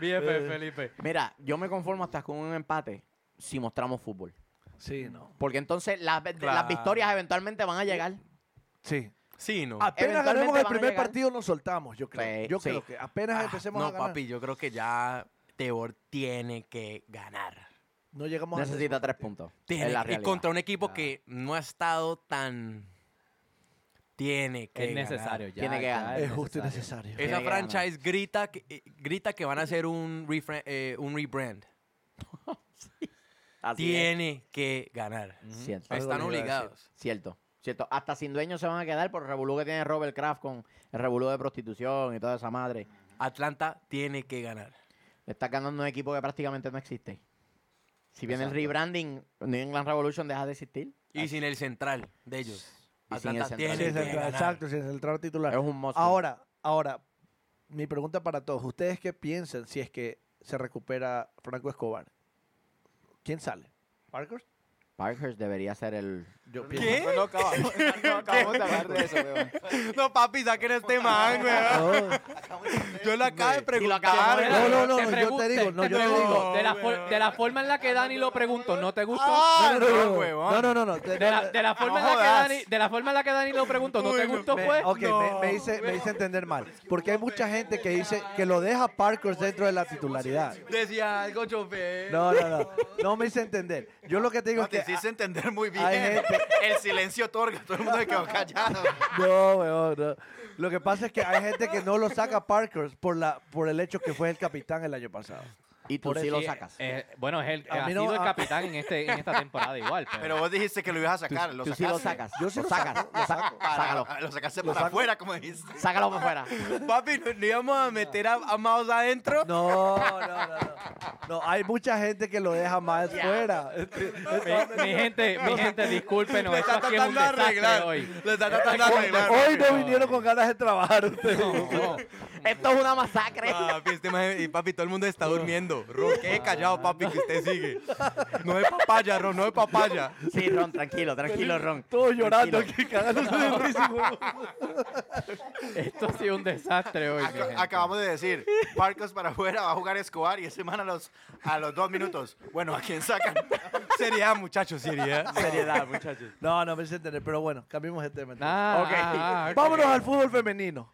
[SPEAKER 5] BF, Felipe.
[SPEAKER 1] Mira, yo me conformo hasta con un empate si mostramos fútbol.
[SPEAKER 6] Sí, no.
[SPEAKER 1] Porque entonces las, ve-
[SPEAKER 2] Claro.
[SPEAKER 1] las victorias eventualmente van a llegar.
[SPEAKER 6] Sí.
[SPEAKER 2] Sí, no.
[SPEAKER 6] Apenas
[SPEAKER 1] Eventualmente
[SPEAKER 6] ganemos el
[SPEAKER 1] van a
[SPEAKER 6] primer
[SPEAKER 1] llegar.
[SPEAKER 6] partido, nos soltamos, yo creo.
[SPEAKER 1] Sí,
[SPEAKER 6] yo
[SPEAKER 1] sí.
[SPEAKER 6] creo que apenas
[SPEAKER 2] Ah,
[SPEAKER 6] empecemos a
[SPEAKER 2] no,
[SPEAKER 6] ganar.
[SPEAKER 2] papi, yo creo que ya Tebor tiene que ganar.
[SPEAKER 6] No llegamos
[SPEAKER 1] Necesita
[SPEAKER 6] a
[SPEAKER 1] tres puntos.
[SPEAKER 2] Tiene
[SPEAKER 1] Es la
[SPEAKER 2] que- y
[SPEAKER 1] realidad. Ah.
[SPEAKER 2] contra un equipo que no ha estado tan. Tiene que.
[SPEAKER 5] Es necesario. Ya,
[SPEAKER 1] Tiene que
[SPEAKER 5] ya
[SPEAKER 1] ganar.
[SPEAKER 6] Es justo y necesario.
[SPEAKER 2] ganar. Esa
[SPEAKER 1] Tiene que ganar.
[SPEAKER 2] franchise grita que, eh, grita que van a hacer un, refra- eh, un rebrand.
[SPEAKER 1] Así es.
[SPEAKER 2] Tiene que ganar.
[SPEAKER 1] Cierto.
[SPEAKER 2] Están
[SPEAKER 6] Algo le iba a decir.
[SPEAKER 2] obligados.
[SPEAKER 1] Cierto. Cierto. Hasta sin dueños se van a quedar por el revolú que tiene Robert Kraft con el revolú de prostitución y toda esa madre.
[SPEAKER 2] Atlanta tiene que ganar.
[SPEAKER 1] Está ganando un equipo que prácticamente no existe. Si viene el rebranding, New England Revolution deja de existir.
[SPEAKER 2] Y sin el central de ellos.
[SPEAKER 1] Y sin el
[SPEAKER 2] Atlanta
[SPEAKER 1] central.
[SPEAKER 2] tiene
[SPEAKER 6] Sí,
[SPEAKER 2] que
[SPEAKER 1] Tienen
[SPEAKER 6] exacto,
[SPEAKER 2] ganar.
[SPEAKER 6] exacto, sí, es el trabajo titular.
[SPEAKER 1] Es un monstruo.
[SPEAKER 6] Ahora, ahora, mi pregunta para todos. ¿Ustedes qué piensan si es que se recupera Franco Escobar? ¿Quién sale? ¿Parker?
[SPEAKER 1] Parkhurst debería ser el.
[SPEAKER 6] Yo
[SPEAKER 2] ¿Qué?
[SPEAKER 3] No, no acabamos, no acabamos de hablar de eso, weón.
[SPEAKER 2] No, papi, saquen este man, weón. Yo le acabo de
[SPEAKER 1] Si lo acabamos de-
[SPEAKER 2] preguntar.
[SPEAKER 6] No, no, no,
[SPEAKER 5] Te
[SPEAKER 6] yo te
[SPEAKER 5] pregun-
[SPEAKER 6] digo, no,
[SPEAKER 5] te
[SPEAKER 6] yo te
[SPEAKER 5] pregunto,
[SPEAKER 2] digo.
[SPEAKER 5] De la, for-
[SPEAKER 2] No,
[SPEAKER 5] de la forma en la que Dani lo preguntó, ¿no te gustó?
[SPEAKER 6] No, no, no, no,
[SPEAKER 2] no,
[SPEAKER 6] no,
[SPEAKER 2] huevón.
[SPEAKER 6] no, no, no, Ah, no, te-
[SPEAKER 5] De la, de la forma en la que
[SPEAKER 2] jodas.
[SPEAKER 5] Dani, de la forma en la que Dani lo preguntó, ¿no
[SPEAKER 2] Uy,
[SPEAKER 5] te
[SPEAKER 2] no,
[SPEAKER 5] gustó pues?
[SPEAKER 6] me-
[SPEAKER 5] fue?
[SPEAKER 6] ok, me- me,
[SPEAKER 2] No.
[SPEAKER 6] hice, me hice entender mal. Porque hay mucha gente que dice que lo deja Parker dentro de la titularidad.
[SPEAKER 2] Decía algo, chofer.
[SPEAKER 6] No, no, no. No me hice entender. Yo lo que te digo
[SPEAKER 4] No,
[SPEAKER 6] es que.
[SPEAKER 4] te hiciste entender muy bien.
[SPEAKER 6] hay gente-
[SPEAKER 4] El silencio otorga, todo el mundo se quedó callado.
[SPEAKER 6] No, weón, no. Lo que pasa es que hay gente que no lo saca a Parker por, la, por el hecho que fue el capitán el año pasado.
[SPEAKER 1] Y tú
[SPEAKER 6] Por
[SPEAKER 1] sí
[SPEAKER 6] eso-
[SPEAKER 1] lo sacas.
[SPEAKER 5] Eh, bueno, es el,
[SPEAKER 6] A
[SPEAKER 5] ha
[SPEAKER 6] mí no-
[SPEAKER 5] sido el
[SPEAKER 6] a-
[SPEAKER 5] capitán en, este, en esta temporada igual. Pero,
[SPEAKER 4] Pero vos dijiste que lo ibas a sacar. lo
[SPEAKER 1] tú sí lo
[SPEAKER 4] sacaste.
[SPEAKER 1] sacas.
[SPEAKER 6] Yo sí
[SPEAKER 1] lo
[SPEAKER 6] lo
[SPEAKER 1] sacas.
[SPEAKER 6] saco, lo
[SPEAKER 1] Sa-
[SPEAKER 6] saco.
[SPEAKER 1] Sácalo.
[SPEAKER 4] Ah, Lo sacaste
[SPEAKER 6] Lo
[SPEAKER 4] para
[SPEAKER 6] saco.
[SPEAKER 4] afuera, como dijiste.
[SPEAKER 1] Sácalo para afuera.
[SPEAKER 2] Papi, ¿no, no íbamos a meter a, a Maus adentro?
[SPEAKER 6] No, no, no, no. No, hay mucha gente que lo deja más fuera. Este,
[SPEAKER 5] mi, mi gente, mi gente, discúlpenos,
[SPEAKER 2] Le
[SPEAKER 5] esto
[SPEAKER 2] está
[SPEAKER 5] aquí es un
[SPEAKER 2] tratando de
[SPEAKER 5] desastre
[SPEAKER 2] arreglar.
[SPEAKER 5] hoy.
[SPEAKER 2] Le está tratando de arreglar.
[SPEAKER 6] Hoy no vinieron con ganas de trabajar ustedes.
[SPEAKER 5] No,
[SPEAKER 1] Esto es una masacre.
[SPEAKER 2] Papi, este man- y papi, todo el mundo está durmiendo. Ron, quede callado, papi, que usted sigue. No es papaya, Ron, no es papaya.
[SPEAKER 1] Sí, Ron, tranquilo, tranquilo, Ron.
[SPEAKER 6] Todos llorando
[SPEAKER 1] Tranquilo.
[SPEAKER 6] aquí, cagándose de risa. weón.
[SPEAKER 5] esto ha sido un desastre hoy. mi
[SPEAKER 4] Ac-
[SPEAKER 5] gente.
[SPEAKER 4] acabamos de decir, Parcos para afuera, va a jugar Escobar y ese man a los, a los dos minutos. Bueno, ¿a quién sacan?
[SPEAKER 2] Seriedad, muchachos, seriedad.
[SPEAKER 1] Seriedad, muchachos.
[SPEAKER 6] No, no me hice entender, pero bueno, cambiemos de tema. entonces.
[SPEAKER 5] Ah,
[SPEAKER 1] Ok.
[SPEAKER 5] ah, ah, ok.
[SPEAKER 6] Vámonos al fútbol femenino.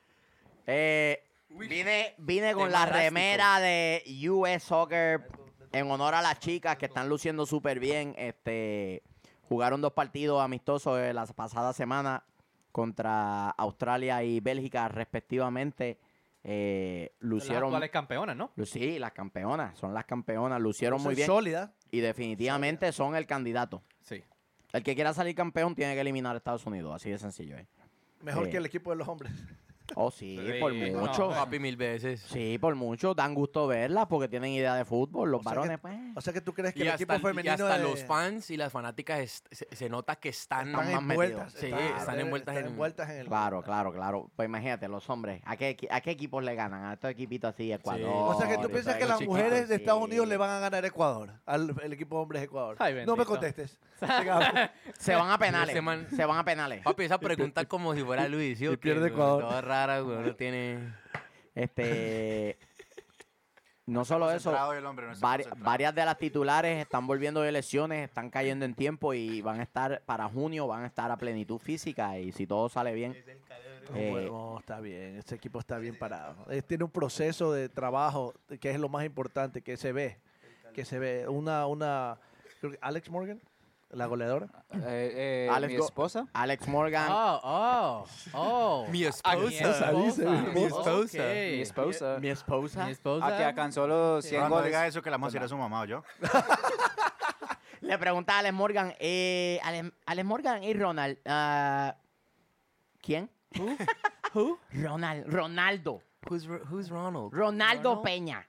[SPEAKER 1] Eh, vine, vine con
[SPEAKER 2] Tema
[SPEAKER 1] la
[SPEAKER 2] drástico.
[SPEAKER 1] remera de US Soccer en honor a las chicas que están luciendo súper bien. Este, jugaron dos partidos amistosos eh, la pasada semana contra Australia y Bélgica respectivamente. Eh,
[SPEAKER 5] Las
[SPEAKER 1] lucieron,
[SPEAKER 5] actuales campeonas, ¿no?
[SPEAKER 1] lu- sí, las campeonas, son las campeonas, lucieron muy
[SPEAKER 6] Soy
[SPEAKER 1] bien
[SPEAKER 6] Sólida.
[SPEAKER 1] y definitivamente son el candidato.
[SPEAKER 5] Sí.
[SPEAKER 1] El que quiera salir campeón tiene que eliminar a Estados Unidos, así de sencillo es.
[SPEAKER 6] Mejor
[SPEAKER 1] Sí.
[SPEAKER 6] que el equipo de los hombres.
[SPEAKER 1] Oh, sí, por
[SPEAKER 5] Sí, no,
[SPEAKER 1] mucho.
[SPEAKER 5] bueno.
[SPEAKER 2] Papi, mil veces.
[SPEAKER 1] Sí, por mucho. Dan gusto verlas porque tienen idea de fútbol. Los
[SPEAKER 6] O sea que-
[SPEAKER 1] varones, pues.
[SPEAKER 6] O sea que tú crees que
[SPEAKER 2] Y
[SPEAKER 6] el
[SPEAKER 2] hasta,
[SPEAKER 6] equipo
[SPEAKER 2] y
[SPEAKER 6] femenino.
[SPEAKER 2] hasta
[SPEAKER 6] de-
[SPEAKER 2] los fans y las fanáticas es- se, se nota que están...
[SPEAKER 1] Están
[SPEAKER 6] están
[SPEAKER 1] más
[SPEAKER 6] envueltas.
[SPEAKER 2] metidos. Sí, están envueltas en-
[SPEAKER 6] envueltas en el.
[SPEAKER 1] Claro, claro, claro. Pues imagínate, los hombres. ¿A qué, equi- a qué equipos le ganan? A estos equipitos así, Ecuador.
[SPEAKER 6] O sea que tú
[SPEAKER 1] y
[SPEAKER 6] piensas
[SPEAKER 1] todo
[SPEAKER 6] que
[SPEAKER 1] eso.
[SPEAKER 6] las
[SPEAKER 2] chiquito,
[SPEAKER 6] mujeres de Estados
[SPEAKER 1] sí.
[SPEAKER 6] Unidos le van a ganar a Ecuador, al el equipo de hombres de Ecuador.
[SPEAKER 5] Ay,
[SPEAKER 6] no
[SPEAKER 5] bendito.
[SPEAKER 6] me contestes. Sigamos.
[SPEAKER 1] Se van a penales.
[SPEAKER 2] Ese man- Ah.
[SPEAKER 1] Se van a penales.
[SPEAKER 2] Papi, esa pregunta es como si fuera Luis, ¿sí? o
[SPEAKER 6] y
[SPEAKER 2] qué,
[SPEAKER 6] pierde
[SPEAKER 2] güey?
[SPEAKER 6] Ecuador.
[SPEAKER 2] Toda rara, güey, no tiene...
[SPEAKER 1] Este. No solo eso.
[SPEAKER 4] Concentrado el hombre, no está
[SPEAKER 1] vari-
[SPEAKER 4] concentrado.
[SPEAKER 1] varias de las titulares están volviendo de lesiones, están cayendo en tiempo y van a estar para junio, van a estar a plenitud física y si todo sale bien. eh,
[SPEAKER 6] Bueno, pues, está bien, este equipo está bien parado. Eh, tiene un proceso de trabajo que es lo más importante, que se ve. Que se ve. Una, una. creo que Alex Morgan, la goleadora.
[SPEAKER 3] Eh, eh,
[SPEAKER 1] Alex
[SPEAKER 3] mi
[SPEAKER 1] Go-
[SPEAKER 3] esposa.
[SPEAKER 1] Alex Morgan,
[SPEAKER 5] Oh, oh, oh.
[SPEAKER 2] Mi
[SPEAKER 5] A-
[SPEAKER 2] esposa.
[SPEAKER 5] mi
[SPEAKER 2] Esposa,
[SPEAKER 6] dice, mi
[SPEAKER 2] esposa.
[SPEAKER 5] Ok.
[SPEAKER 3] Mi esposa.
[SPEAKER 1] mi esposa.
[SPEAKER 5] Mi esposa.
[SPEAKER 3] A que alcanzó los 100
[SPEAKER 4] Cuando
[SPEAKER 3] goles.
[SPEAKER 4] diga eso, que la vamos a ir a su mamá o yo.
[SPEAKER 1] Le pregunta a Alex Morgan, eh, Alex, Alex Morgan y Ronald, ah, ¿quién? Ronald, Ronaldo.
[SPEAKER 2] Who's, Ro- who's Ronald?
[SPEAKER 1] Ronaldo
[SPEAKER 7] Ronald.
[SPEAKER 1] Peña.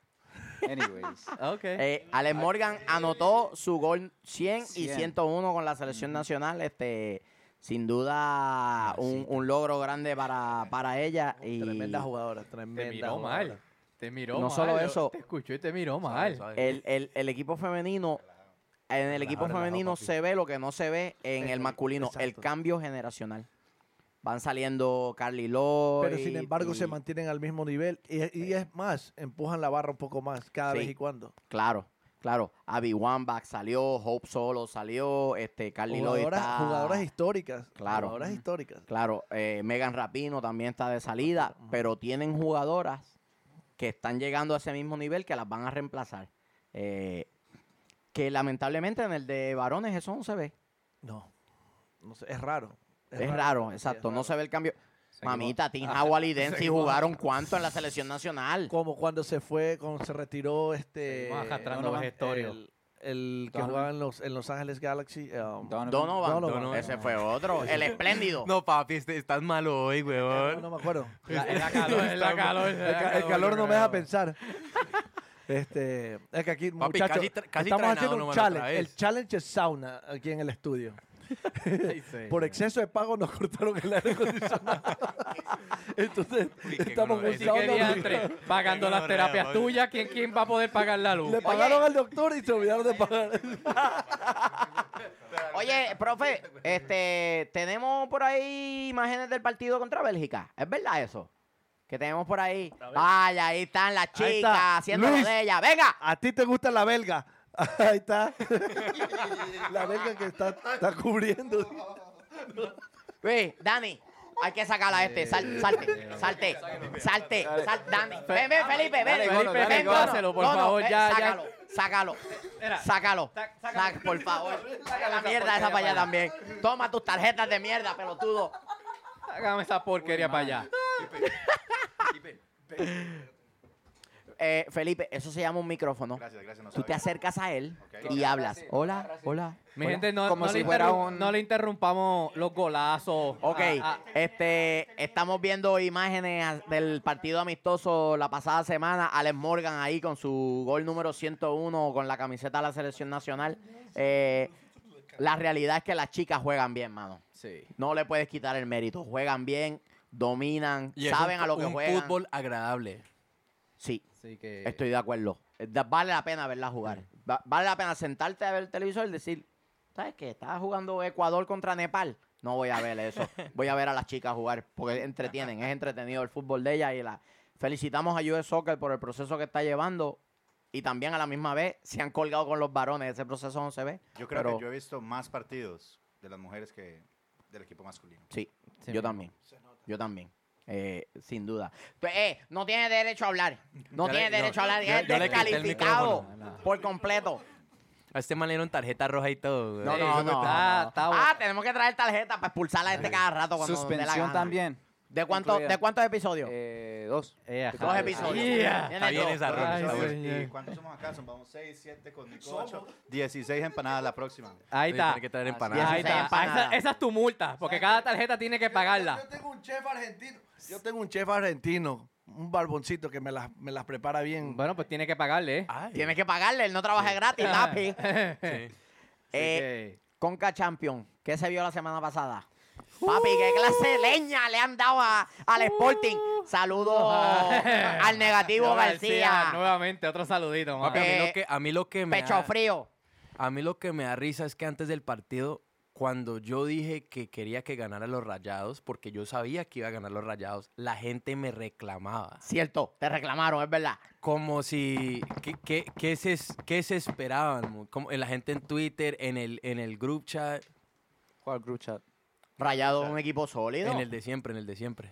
[SPEAKER 3] Anyways.
[SPEAKER 5] Ok.
[SPEAKER 1] Eh, Alex Morgan anotó su gol 100 y
[SPEAKER 3] 100.
[SPEAKER 1] 101 con la selección nacional. Este, sin duda, un, un logro grande para, para ella. Y
[SPEAKER 6] Tremenda jugadora,
[SPEAKER 5] Te
[SPEAKER 6] tremenda.
[SPEAKER 5] miró
[SPEAKER 6] jugadora.
[SPEAKER 5] mal. Te miró
[SPEAKER 1] No
[SPEAKER 5] mal.
[SPEAKER 1] solo eso.
[SPEAKER 5] Te escuchó y te miró
[SPEAKER 2] Suave,
[SPEAKER 5] mal.
[SPEAKER 2] suave.
[SPEAKER 1] el, el- el equipo femenino, en el equipo
[SPEAKER 6] relajado,
[SPEAKER 1] femenino
[SPEAKER 6] papi.
[SPEAKER 1] se ve lo que no se ve en el
[SPEAKER 6] Eso,
[SPEAKER 1] masculino, el
[SPEAKER 6] exacto.
[SPEAKER 1] cambio generacional. Van saliendo Carly Lloyd.
[SPEAKER 6] Pero sin embargo se
[SPEAKER 1] y-
[SPEAKER 6] mantienen al mismo nivel. Y, y es más, empujan la barra un poco más cada
[SPEAKER 1] Sí.
[SPEAKER 6] vez y cuando.
[SPEAKER 1] Claro, claro. Abby Wambach salió, Hope Solo salió, este, Carly Lloyd
[SPEAKER 6] Jugadoras,
[SPEAKER 1] está-
[SPEAKER 6] jugadoras históricas.
[SPEAKER 1] Claro.
[SPEAKER 6] Jugadoras
[SPEAKER 1] Ujú.
[SPEAKER 6] históricas.
[SPEAKER 1] Claro, eh, Megan Rapino también está de salida, pero tienen jugadoras que están llegando a ese mismo nivel que las van a reemplazar. Eh, que lamentablemente en el de varones eso no se ve.
[SPEAKER 6] No. no sé, es raro.
[SPEAKER 1] Es, raro,
[SPEAKER 6] sí, es
[SPEAKER 1] exacto. No
[SPEAKER 6] raro.
[SPEAKER 1] se ve el cambio. Mamita, Tim Howard y Dempsey jugaron cuánto en la selección nacional.
[SPEAKER 6] Como cuando se fue, cuando se retiró este.
[SPEAKER 5] Seguimos arrastrando
[SPEAKER 6] Donovan,
[SPEAKER 5] vejestorio.
[SPEAKER 6] El, el que
[SPEAKER 3] Donovan.
[SPEAKER 6] jugaba en Los, en los Ángeles Galaxy. um,
[SPEAKER 3] Donovan.
[SPEAKER 1] Donovan,
[SPEAKER 6] Donovan.
[SPEAKER 1] ese fue otro. El espléndido.
[SPEAKER 2] No, papi, este- estás malo hoy,
[SPEAKER 6] no,
[SPEAKER 2] weón.
[SPEAKER 6] no me acuerdo.
[SPEAKER 5] La, es la calor, es la calor. es
[SPEAKER 6] El,
[SPEAKER 5] la
[SPEAKER 6] ca- el
[SPEAKER 5] yo
[SPEAKER 6] calor no me
[SPEAKER 5] creo.
[SPEAKER 6] deja pensar. Este, es que aquí,
[SPEAKER 2] Papi,
[SPEAKER 6] muchachos,
[SPEAKER 2] casi tra- casi
[SPEAKER 6] estamos
[SPEAKER 2] traen a
[SPEAKER 6] haciendo un
[SPEAKER 2] Donovan otra
[SPEAKER 6] challenge.
[SPEAKER 2] vez.
[SPEAKER 6] El challenge es sauna aquí en el estudio.
[SPEAKER 5] Ay, sí.
[SPEAKER 6] Por exceso de pago nos cortaron el aire acondicionado. Entonces,
[SPEAKER 2] Uy, qué
[SPEAKER 6] estamos
[SPEAKER 2] gonorrea.
[SPEAKER 6] con
[SPEAKER 5] Sí,
[SPEAKER 2] Sauna
[SPEAKER 5] que
[SPEAKER 6] sauna.
[SPEAKER 5] diantre, pagando las
[SPEAKER 2] gonorrea,
[SPEAKER 5] terapias
[SPEAKER 2] Pablo.
[SPEAKER 5] tuyas, ¿quién, ¿quién va a poder pagar la luz?
[SPEAKER 6] Le pagaron al doctor y se olvidaron de pagar.
[SPEAKER 1] Oye, profe, este, tenemos por ahí imágenes del partido contra Bélgica. ¿Es verdad eso? Que tenemos por ahí. Vaya, ahí están las
[SPEAKER 6] Ahí está.
[SPEAKER 1] chicas haciendo lo
[SPEAKER 6] Luis.
[SPEAKER 1] de ella. Venga.
[SPEAKER 6] A ti te gusta la belga. Ahí está. La belga que está, está cubriendo.
[SPEAKER 1] Luis, Dani, hay que sacarla a este. Sal- salte, salte, salte, sal- Dani. Ven, ven, Felipe, ven.
[SPEAKER 5] Dale, Gono,
[SPEAKER 1] ven,
[SPEAKER 5] dale,
[SPEAKER 1] ven, Gono.
[SPEAKER 5] páselo, por
[SPEAKER 1] Gono,
[SPEAKER 5] favor,
[SPEAKER 1] ven,
[SPEAKER 5] ya, ya.
[SPEAKER 1] eh, sácalo, sácalo, sácalo. Sac- por favor. Saca la mierda esa para allá también. Toma tus tarjetas de mierda, pelotudo.
[SPEAKER 5] Hágame esa porquería para allá.
[SPEAKER 1] Eh, Felipe, eso se llama un micrófono.
[SPEAKER 4] Gracias, gracias. No
[SPEAKER 1] Tú te
[SPEAKER 4] sabía.
[SPEAKER 1] acercas a él
[SPEAKER 4] Ok.
[SPEAKER 1] y hablas. Hola, hola.
[SPEAKER 5] Mi
[SPEAKER 1] hola.
[SPEAKER 5] gente, no,
[SPEAKER 3] Como
[SPEAKER 5] no
[SPEAKER 3] si
[SPEAKER 5] le
[SPEAKER 3] fuera
[SPEAKER 5] interrum-
[SPEAKER 3] un-
[SPEAKER 5] no le interrumpamos los golazos.
[SPEAKER 1] Ok,
[SPEAKER 5] Ah, ah,
[SPEAKER 1] este, estamos viendo imágenes a- del partido amistoso la pasada semana. Alex Morgan ahí con su gol número 101 con la camiseta de la selección nacional. Eh, la realidad es que las chicas juegan bien, mano.
[SPEAKER 3] Sí.
[SPEAKER 1] No le puedes quitar el mérito. Juegan bien, dominan,
[SPEAKER 2] Y es
[SPEAKER 1] saben
[SPEAKER 2] un-
[SPEAKER 1] a lo que
[SPEAKER 2] un
[SPEAKER 1] juegan.
[SPEAKER 2] fútbol agradable.
[SPEAKER 1] Sí,
[SPEAKER 3] Así que.
[SPEAKER 1] estoy de acuerdo. Eh, da- Vale la pena verla jugar. Va- vale la pena sentarte a ver el televisor y decir, ¿sabes qué? Estaba jugando Ecuador contra Nepal. No voy a ver eso. Voy a ver a las chicas jugar porque entretienen. Es entretenido el fútbol de ellas y la felicitamos a US Soccer por el proceso que está llevando y también a la misma vez se han colgado con los varones. Ese proceso no se ve.
[SPEAKER 4] Yo creo
[SPEAKER 1] pero-
[SPEAKER 4] que yo he visto más partidos de las mujeres que del equipo masculino.
[SPEAKER 1] Sí,
[SPEAKER 5] Sí,
[SPEAKER 1] yo
[SPEAKER 5] mismo.
[SPEAKER 1] también. Yo también. Eh, sin duda. Pues, eh, no tiene derecho a hablar. No
[SPEAKER 2] Ya le-
[SPEAKER 1] tiene
[SPEAKER 2] no,
[SPEAKER 1] derecho a hablar.
[SPEAKER 2] ya-
[SPEAKER 1] es
[SPEAKER 2] ya le quité el
[SPEAKER 1] descalificado
[SPEAKER 3] micrófono.
[SPEAKER 1] por completo.
[SPEAKER 2] A este man le dieron tarjeta roja y todo, weón.
[SPEAKER 1] No,
[SPEAKER 5] sí,
[SPEAKER 1] no,
[SPEAKER 5] eso
[SPEAKER 1] no,
[SPEAKER 5] está-
[SPEAKER 1] no.
[SPEAKER 5] está
[SPEAKER 1] Ah, tenemos que traer tarjeta para expulsar a este cada rato cuando nos dé la
[SPEAKER 3] Suspensión
[SPEAKER 1] gana.
[SPEAKER 3] también.
[SPEAKER 1] ¿De, cuánto,
[SPEAKER 3] incluida.
[SPEAKER 1] ¿De cuántos episodios?
[SPEAKER 3] Eh, dos.
[SPEAKER 5] eh,
[SPEAKER 1] Dos
[SPEAKER 5] ajá.
[SPEAKER 1] episodios.
[SPEAKER 5] Yeah.
[SPEAKER 1] Vienen
[SPEAKER 2] Está bien
[SPEAKER 1] dos.
[SPEAKER 2] esa roja,
[SPEAKER 5] Ay,
[SPEAKER 2] está
[SPEAKER 5] sí.
[SPEAKER 2] bueno.
[SPEAKER 5] señor.
[SPEAKER 4] ¿Y cuántos somos acá? Son, vamos 6, 7 con Nico, 8, 16 empanadas la próxima.
[SPEAKER 5] Ahí
[SPEAKER 2] Oye,
[SPEAKER 5] está.
[SPEAKER 2] tiene que traer
[SPEAKER 3] Así
[SPEAKER 2] empanadas.
[SPEAKER 5] Ahí está. Ah,
[SPEAKER 1] empanadas.
[SPEAKER 5] esa, esa es tu multa, porque cada tarjeta tiene que pagarla.
[SPEAKER 6] Yo tengo un chef argentino. Yo tengo un chef argentino. Un barboncito que me las, me las prepara bien.
[SPEAKER 5] Bueno, pues tiene que pagarle, ¿eh?
[SPEAKER 2] Ay.
[SPEAKER 1] Tienes que pagarle, él no trabaja gratis, lápiz.
[SPEAKER 2] Sí.
[SPEAKER 1] Eh,
[SPEAKER 5] Ah. Así que-
[SPEAKER 1] Conca Champion, ¿qué se vio la semana pasada? Papi, qué clase de leña le han dado a- al Sporting. Saludos al negativo
[SPEAKER 5] Leo
[SPEAKER 1] García.
[SPEAKER 5] Nuevamente, otro saludito,
[SPEAKER 2] Papi,
[SPEAKER 5] mano.
[SPEAKER 2] a mí
[SPEAKER 1] Eh,
[SPEAKER 2] lo que, a mí lo que me
[SPEAKER 1] Pecho
[SPEAKER 2] da-
[SPEAKER 1] frío.
[SPEAKER 2] A mí lo que me da risa es que antes del partido, cuando yo dije que quería que ganara los rayados, porque yo sabía que iba a ganar los rayados, la gente me reclamaba.
[SPEAKER 1] Cierto, te reclamaron, es verdad.
[SPEAKER 2] Como si. ¿Qué, qué, qué se, es- qué se esperaban? mo? Como en la gente en Twitter, en el, en el group chat,
[SPEAKER 3] ¿Cuál group chat?
[SPEAKER 1] Rayado es un equipo sólido.
[SPEAKER 2] en el de siempre, en el de siempre.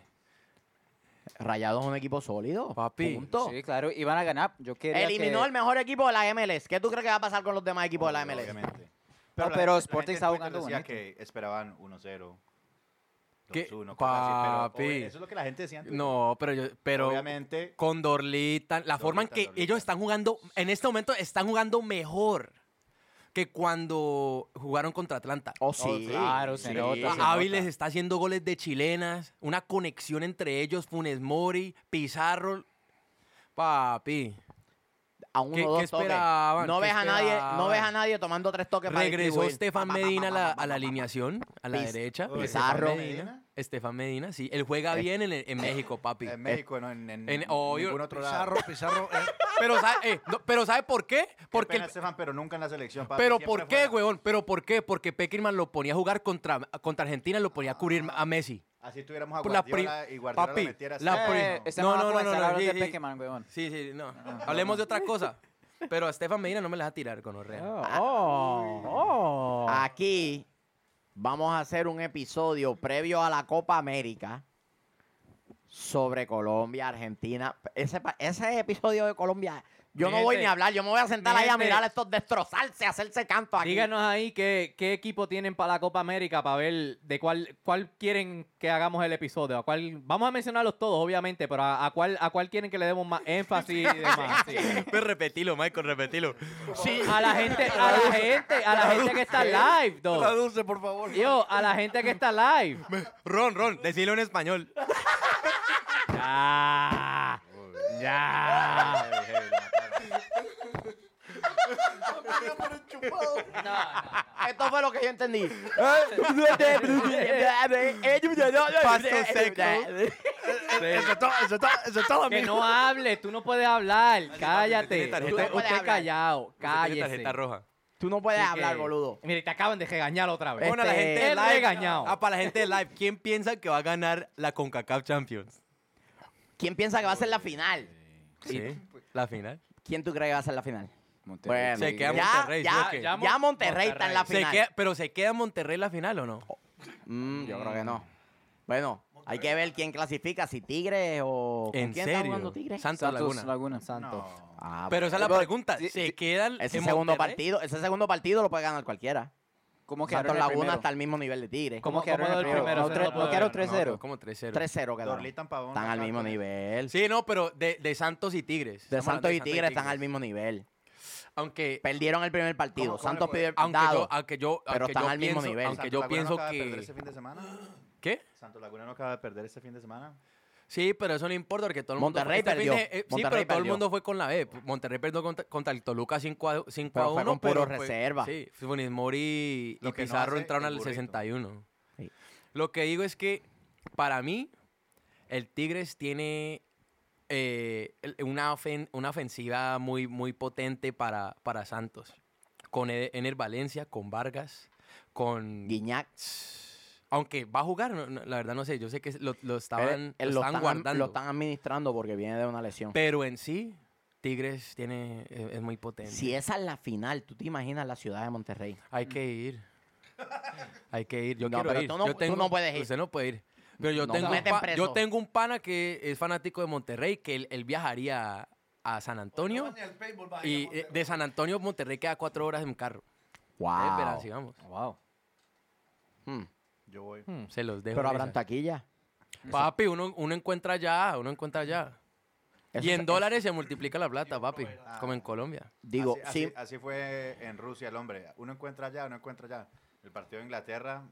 [SPEAKER 1] Rayado es un equipo sólido.
[SPEAKER 2] Papi,
[SPEAKER 1] Punto.
[SPEAKER 3] Sí, claro. Iban a ganar. Yo quería.
[SPEAKER 1] Eliminó
[SPEAKER 3] que...
[SPEAKER 1] el mejor equipo de la MLS. ¿Qué tú crees que va a pasar con los demás equipos de la MLS?
[SPEAKER 4] Obviamente.
[SPEAKER 3] No,
[SPEAKER 4] la-
[SPEAKER 3] pero
[SPEAKER 4] la
[SPEAKER 3] Sporting
[SPEAKER 4] gente en
[SPEAKER 3] está
[SPEAKER 4] Twitter
[SPEAKER 3] jugando
[SPEAKER 4] decía
[SPEAKER 3] bonito.
[SPEAKER 4] que esperaban 1-0,
[SPEAKER 2] ¿Qué?
[SPEAKER 4] 2-1, cosas así, pero,
[SPEAKER 2] Papi.
[SPEAKER 4] obvia- Eso es lo que la gente decía antes.
[SPEAKER 2] No, pero yo. Pero
[SPEAKER 4] Obviamente.
[SPEAKER 2] con Dorlita, la forma en
[SPEAKER 4] Dorlita,
[SPEAKER 2] que
[SPEAKER 4] Dorlita.
[SPEAKER 2] ellos están jugando, en este momento están jugando mejor. que cuando jugaron contra Atlanta.
[SPEAKER 1] Oh, sí.
[SPEAKER 3] claro, se
[SPEAKER 2] Ah,
[SPEAKER 3] nota, Eh, se
[SPEAKER 2] Áviles está haciendo goles de chilenas, una conexión entre ellos, Funes Mori, Pizarro. Papi,
[SPEAKER 1] A uno
[SPEAKER 2] ¿Qué-
[SPEAKER 1] dos
[SPEAKER 2] qué
[SPEAKER 1] toques.
[SPEAKER 2] esperaban?
[SPEAKER 1] No
[SPEAKER 2] ¿Qué
[SPEAKER 1] ves a nadie, no
[SPEAKER 2] esperaban?
[SPEAKER 1] ves a nadie tomando tres toques para
[SPEAKER 4] eh.
[SPEAKER 2] regresó
[SPEAKER 1] distribuir.
[SPEAKER 2] Estefan
[SPEAKER 1] Pa, pa, pa,
[SPEAKER 2] Medina a
[SPEAKER 1] pa,
[SPEAKER 2] la,
[SPEAKER 1] pa, pa,
[SPEAKER 2] a la
[SPEAKER 1] pa,
[SPEAKER 2] alineación, a la
[SPEAKER 1] Piz-
[SPEAKER 2] derecha.
[SPEAKER 4] Uy,
[SPEAKER 1] Pizarro.
[SPEAKER 2] Estefan Medina, Estefan Medina, sí. Él juega
[SPEAKER 1] Es-
[SPEAKER 2] bien en, en México, papi.
[SPEAKER 4] Eh. En México, no en, en
[SPEAKER 2] en- obvio,
[SPEAKER 4] ningún otro lado.
[SPEAKER 6] Pizarro, Pizarro. eh,
[SPEAKER 2] Pero sabe, eh, no, pero ¿sabe por qué?
[SPEAKER 4] Porque
[SPEAKER 2] Porque el-
[SPEAKER 4] Estefan, pero nunca en la selección. papi,
[SPEAKER 2] pero
[SPEAKER 4] siempre
[SPEAKER 2] ¿por qué,
[SPEAKER 4] fuera.
[SPEAKER 2] weón? Pero ¿por qué? Porque Peckerman lo ponía a jugar contra, contra Argentina, lo ponía a cubrir a Messi.
[SPEAKER 4] Así tuviéramos a
[SPEAKER 2] Por la
[SPEAKER 4] Guardiola
[SPEAKER 2] prim-
[SPEAKER 4] y Guardiola
[SPEAKER 2] papi,
[SPEAKER 4] lo metiera así.
[SPEAKER 2] la
[SPEAKER 4] Ah,
[SPEAKER 2] prim-
[SPEAKER 4] no.
[SPEAKER 3] Este
[SPEAKER 2] No,
[SPEAKER 3] no,
[SPEAKER 2] no,
[SPEAKER 3] no,
[SPEAKER 2] no, no,
[SPEAKER 3] no.
[SPEAKER 2] sí,
[SPEAKER 3] de
[SPEAKER 2] sí.
[SPEAKER 3] Pekeman, weón.
[SPEAKER 2] Sí, sí, no.
[SPEAKER 4] Ah.
[SPEAKER 2] Hablemos de otra cosa. Pero a Estefan Medina no me la vas a tirar con Orrea.
[SPEAKER 5] Oh, oh.
[SPEAKER 1] pa. Aquí vamos a hacer un episodio previo a la Copa América sobre Colombia, Argentina. Ese, pa- ese episodio de Colombia, yo no voy
[SPEAKER 5] Gente,
[SPEAKER 1] ni a hablar, yo me voy a sentar
[SPEAKER 5] mi
[SPEAKER 1] ahí a
[SPEAKER 5] gente.
[SPEAKER 1] mirar a estos destrozarse, hacerse canto aquí.
[SPEAKER 5] Díganos ahí qué, qué equipo tienen para la Copa América para ver de cuál, cuál quieren que hagamos el episodio. A cuál, vamos a mencionarlos todos, obviamente, pero a, a cuál, a cuál quieren que le demos más énfasis y demás. sí.
[SPEAKER 2] Pero Pues repetilo, Michael, repetilo. Sí,
[SPEAKER 5] A la gente, a la gente, a la gente que está live, dog.
[SPEAKER 6] Traduce, por favor.
[SPEAKER 5] Yo, a la gente que está live.
[SPEAKER 2] Ron, Ron, decilo en español.
[SPEAKER 5] Ya. Ya.
[SPEAKER 4] Heavy, heavy, la mataron.
[SPEAKER 1] Esto fue lo que yo entendí.
[SPEAKER 2] Pasto seco.
[SPEAKER 6] Eso es todo, eso es todo, eso es todo,
[SPEAKER 5] Que
[SPEAKER 6] amigo.
[SPEAKER 5] no hables, tú no puedes hablar.
[SPEAKER 2] tiene
[SPEAKER 5] Cállate.
[SPEAKER 2] tarjeta-
[SPEAKER 5] Usted,
[SPEAKER 1] No puede
[SPEAKER 5] usted
[SPEAKER 1] hablar.
[SPEAKER 5] callado.
[SPEAKER 2] Tiene
[SPEAKER 5] Cállese.
[SPEAKER 2] tarjeta roja.
[SPEAKER 1] Tú no puedes
[SPEAKER 5] Así
[SPEAKER 1] hablar,
[SPEAKER 5] que-
[SPEAKER 1] boludo.
[SPEAKER 5] Mire, te acaban de regañar otra vez.
[SPEAKER 2] Bueno, a la
[SPEAKER 1] Este,
[SPEAKER 2] gente de
[SPEAKER 5] él
[SPEAKER 2] live.
[SPEAKER 5] regañado.
[SPEAKER 2] Ah, para la gente de live, ¿quién piensa que va a ganar la CONCACAF Champions?
[SPEAKER 1] ¿Quién piensa que va a ser la final?
[SPEAKER 2] Sí, la final.
[SPEAKER 1] ¿Quién tú crees que va a ser la final?
[SPEAKER 3] Monterrey.
[SPEAKER 1] Bueno,
[SPEAKER 2] Se queda
[SPEAKER 1] ya,
[SPEAKER 2] Monterrey,
[SPEAKER 1] ya,
[SPEAKER 2] ¿sí o qué?
[SPEAKER 1] ya Monterrey, está en la
[SPEAKER 2] Se
[SPEAKER 1] final.
[SPEAKER 2] queda- pero se queda Monterrey la final o no?
[SPEAKER 1] Mm, yo creo que no. Bueno, hay que ver quién clasifica, si Tigres o... ¿con
[SPEAKER 2] ¿En
[SPEAKER 1] quién está jugando
[SPEAKER 2] serio?
[SPEAKER 1] Tigres?
[SPEAKER 2] Santos Laguna.
[SPEAKER 3] Santo.
[SPEAKER 4] No.
[SPEAKER 1] Ah,
[SPEAKER 2] Pero esa es la
[SPEAKER 1] pues,
[SPEAKER 2] pregunta.
[SPEAKER 3] sí,
[SPEAKER 2] ¿Se
[SPEAKER 3] sí.
[SPEAKER 2] quedan
[SPEAKER 1] Ese
[SPEAKER 2] en
[SPEAKER 1] segundo
[SPEAKER 2] Monterrey?
[SPEAKER 1] partido, ese segundo partido lo puede ganar cualquiera.
[SPEAKER 3] ¿Cómo quedaron
[SPEAKER 1] Santos
[SPEAKER 3] el
[SPEAKER 1] Laguna
[SPEAKER 3] primero?
[SPEAKER 1] está al mismo nivel de Tigres.
[SPEAKER 5] ¿Cómo
[SPEAKER 3] quedaron
[SPEAKER 5] quedó el primero?
[SPEAKER 3] No,
[SPEAKER 5] Se
[SPEAKER 3] tres-
[SPEAKER 5] lo
[SPEAKER 3] no
[SPEAKER 5] puedo ver.
[SPEAKER 3] quedaron
[SPEAKER 2] No,
[SPEAKER 3] 3-0.
[SPEAKER 2] como 3-0.
[SPEAKER 1] 3-0 quedaron.
[SPEAKER 4] Dorlitan Pavón.
[SPEAKER 1] Están al
[SPEAKER 4] acá,
[SPEAKER 1] mismo
[SPEAKER 4] ¿no?
[SPEAKER 1] nivel.
[SPEAKER 2] Sí, no, pero de, de Santos y Tigres.
[SPEAKER 1] De
[SPEAKER 2] Estamos
[SPEAKER 1] Santos
[SPEAKER 2] hablando
[SPEAKER 1] y Tigres están al mismo nivel.
[SPEAKER 2] Aunque,
[SPEAKER 1] Perdieron el primer partido.
[SPEAKER 4] ¿Cómo- cómo
[SPEAKER 1] Santos
[SPEAKER 4] le
[SPEAKER 1] pidió
[SPEAKER 4] fue?
[SPEAKER 1] el
[SPEAKER 2] aunque
[SPEAKER 1] dado.
[SPEAKER 2] yo, aunque yo,
[SPEAKER 1] pero
[SPEAKER 2] aunque
[SPEAKER 1] están
[SPEAKER 2] yo
[SPEAKER 1] al mismo
[SPEAKER 2] pienso,
[SPEAKER 1] nivel.
[SPEAKER 2] aunque
[SPEAKER 4] ¿Santos
[SPEAKER 2] yo
[SPEAKER 4] Laguna
[SPEAKER 2] pienso
[SPEAKER 4] no acaba de perder
[SPEAKER 2] que
[SPEAKER 4] este fin de semana?
[SPEAKER 2] ¿qué?
[SPEAKER 4] Santos Laguna no acaba de perder este fin de semana.
[SPEAKER 2] Sí, pero eso no importa porque todo el mundo
[SPEAKER 1] Monterrey
[SPEAKER 2] fue- este fin
[SPEAKER 1] perdió.
[SPEAKER 2] de- eh, sí,
[SPEAKER 1] Monterrey
[SPEAKER 2] pero todo el
[SPEAKER 1] perdió.
[SPEAKER 2] mundo fue con la B. Monterrey perdió contra, contra el Toluca 5 a, 5
[SPEAKER 1] Pero
[SPEAKER 2] a 1.
[SPEAKER 1] fue con
[SPEAKER 2] pero
[SPEAKER 1] puro
[SPEAKER 2] fue-
[SPEAKER 1] reserva.
[SPEAKER 2] Sí, Funes Mori y
[SPEAKER 4] Lo que no
[SPEAKER 2] Pizarro
[SPEAKER 4] hace
[SPEAKER 2] entraron al
[SPEAKER 4] el burrito.
[SPEAKER 2] 61.
[SPEAKER 1] Sí.
[SPEAKER 2] Lo que digo es que para mí el Tigres tiene eh, el- una, ofen- una ofensiva muy, muy potente para, para Santos. Con E- Ener Valencia, con Vargas, con...
[SPEAKER 1] Guiñac.
[SPEAKER 2] Aunque va a jugar, no- no, la verdad no sé. Yo sé que lo, lo estaban,
[SPEAKER 1] Eh, lo,
[SPEAKER 2] lo estaban
[SPEAKER 1] están,
[SPEAKER 2] guardando.
[SPEAKER 1] lo están administrando porque viene de una lesión.
[SPEAKER 2] Pero en sí, Tigres tiene, e, es, es muy potente.
[SPEAKER 1] Si esa es la final, tú te imaginas la ciudad de Monterrey.
[SPEAKER 2] Hay que ir. Hay que ir. Yo
[SPEAKER 1] No,
[SPEAKER 2] quiero
[SPEAKER 1] pero
[SPEAKER 2] ir.
[SPEAKER 1] tú no-
[SPEAKER 2] yo
[SPEAKER 1] tú no puedes ir.
[SPEAKER 2] Usted no puede ir. Pero yo,
[SPEAKER 1] No,
[SPEAKER 2] tengo,
[SPEAKER 1] te
[SPEAKER 2] un
[SPEAKER 1] meten
[SPEAKER 2] pa-
[SPEAKER 1] preso.
[SPEAKER 2] yo tengo un pana que es fanático de Monterrey, que él, él viajaría a, a San Antonio. Y eh, de San Antonio a Monterrey queda cuatro horas en carro. Ustedes verán si
[SPEAKER 1] Wow.
[SPEAKER 2] vamos.
[SPEAKER 3] Wow.
[SPEAKER 1] Hmm.
[SPEAKER 4] Yo voy.
[SPEAKER 2] Se los dejo.
[SPEAKER 1] Pero
[SPEAKER 2] en
[SPEAKER 1] habrán
[SPEAKER 2] esa.
[SPEAKER 1] taquilla.
[SPEAKER 2] Papi, uno, uno encuentra allá, uno encuentra allá.
[SPEAKER 1] Eso
[SPEAKER 2] Y en
[SPEAKER 1] se-
[SPEAKER 2] dólares se multiplica la plata, papi. Como en Colombia.
[SPEAKER 1] Digo,
[SPEAKER 4] así, así-
[SPEAKER 1] sí,
[SPEAKER 4] así fue en Rusia el hombre. Uno encuentra allá, uno encuentra allá. El partido de Inglaterra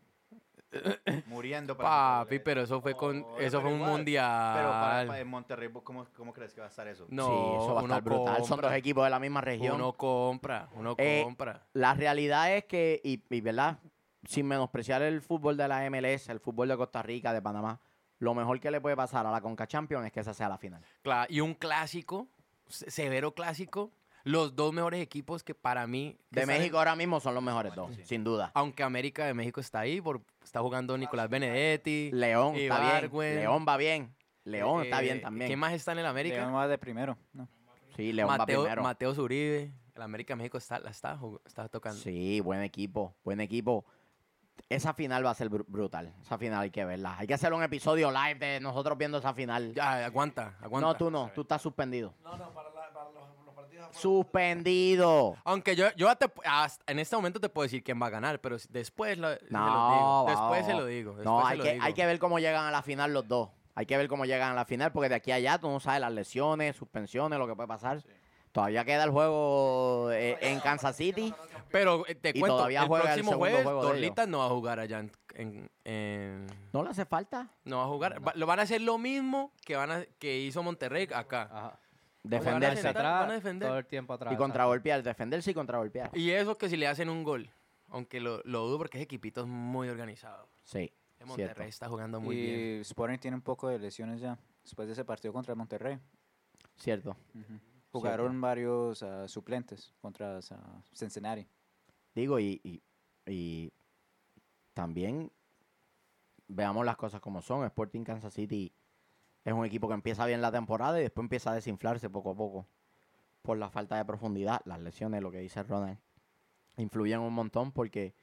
[SPEAKER 4] muriendo para
[SPEAKER 2] Papi,
[SPEAKER 4] Monterrey.
[SPEAKER 2] pero eso fue con,
[SPEAKER 4] Oh,
[SPEAKER 2] eso
[SPEAKER 4] pero
[SPEAKER 2] fue un
[SPEAKER 4] igual.
[SPEAKER 2] mundial.
[SPEAKER 4] Pero para, para- en Monterrey, ¿vos ¿cómo, ¿cómo crees que va a estar eso?
[SPEAKER 2] No,
[SPEAKER 1] sí, eso va a
[SPEAKER 2] uno
[SPEAKER 1] estar brutal. Son
[SPEAKER 2] compra,
[SPEAKER 1] dos equipos de la misma región.
[SPEAKER 2] Uno compra, uno
[SPEAKER 1] Eh,
[SPEAKER 2] compra.
[SPEAKER 1] La realidad es que, y, y, verdad, sin menospreciar el fútbol de la MLS, el fútbol de Costa Rica, de Panamá, lo mejor que le puede pasar a la Conca Champions es que esa sea la final.
[SPEAKER 2] Cla- y un clásico, se- severo clásico. Los dos mejores equipos que para mí. que
[SPEAKER 1] De
[SPEAKER 2] están en-
[SPEAKER 1] México ahora mismo son los mejores dos, sin duda.
[SPEAKER 2] aunque América de México está ahí, por, está jugando Nicolás Benedetti.
[SPEAKER 1] León
[SPEAKER 2] y
[SPEAKER 1] está bien.
[SPEAKER 2] Barwen.
[SPEAKER 1] León va bien. León está
[SPEAKER 2] eh,
[SPEAKER 1] bien
[SPEAKER 2] ¿Quién
[SPEAKER 1] también.
[SPEAKER 2] más está en el América?
[SPEAKER 3] León va de primero. No.
[SPEAKER 1] Sí, León va
[SPEAKER 2] Mateo,
[SPEAKER 1] primero.
[SPEAKER 2] Mateo Zuribe. El América de México está, la está, jug- está tocando.
[SPEAKER 1] Sí, buen equipo, buen equipo. Esa final va a ser bru- brutal. Esa final hay que verla. Hay que hacer un episodio live de nosotros viendo esa final.
[SPEAKER 2] Ya, aguanta, aguanta.
[SPEAKER 1] no, tú no, tú estás suspendido. No, no, para, los, partidos. Suspendido.
[SPEAKER 2] Aunque yo, yo te- hasta en este momento te puedo decir quién va a ganar, pero si- después lo, se lo
[SPEAKER 1] No,
[SPEAKER 2] digo. Después
[SPEAKER 1] vamos.
[SPEAKER 2] se lo digo.
[SPEAKER 1] No,
[SPEAKER 2] después se
[SPEAKER 1] hay
[SPEAKER 2] lo
[SPEAKER 1] que,
[SPEAKER 2] digo.
[SPEAKER 1] hay que ver cómo llegan a la final los dos. Hay que ver cómo llegan a la final, porque de aquí a allá tú no sabes las lesiones, suspensiones, lo que puede pasar. Todavía queda el juego eh, en Kansas City.
[SPEAKER 2] Pero eh, te
[SPEAKER 1] Y
[SPEAKER 2] cuento,
[SPEAKER 1] todavía
[SPEAKER 2] el
[SPEAKER 1] juega el
[SPEAKER 2] próximo
[SPEAKER 1] segundo
[SPEAKER 2] jueves,
[SPEAKER 1] juego de
[SPEAKER 2] Dorlitas no va a jugar allá en, en- en-
[SPEAKER 1] ¿No le hace falta?
[SPEAKER 2] no va a jugar. Va- Lo van a hacer lo mismo que van a- que hizo Monterrey acá.
[SPEAKER 5] Ajá.
[SPEAKER 1] Defenderse.
[SPEAKER 2] Van a
[SPEAKER 5] Atrás,
[SPEAKER 2] Van a defender.
[SPEAKER 5] Todo el tiempo atrás.
[SPEAKER 1] Y contragolpear. Defenderse y contragolpear.
[SPEAKER 2] Y eso que si le hacen un gol, aunque lo, lo dudo porque ese equipito es muy organizado.
[SPEAKER 1] Sí.
[SPEAKER 2] El Monterrey
[SPEAKER 1] Cierto.
[SPEAKER 2] está jugando muy bien.
[SPEAKER 3] Y Sporting tiene un poco de lesiones ya. Después de ese partido contra el Monterrey,
[SPEAKER 1] Cierto.
[SPEAKER 3] jugaron varios ah, suplentes contra ah, Cincinnati.
[SPEAKER 1] Digo, y, y- y también veamos las cosas como son. Sporting Kansas City es un equipo que empieza bien la temporada y después empieza a desinflarse poco a poco por la falta de profundidad, las lesiones, lo que dice Ronald, influyen un montón porque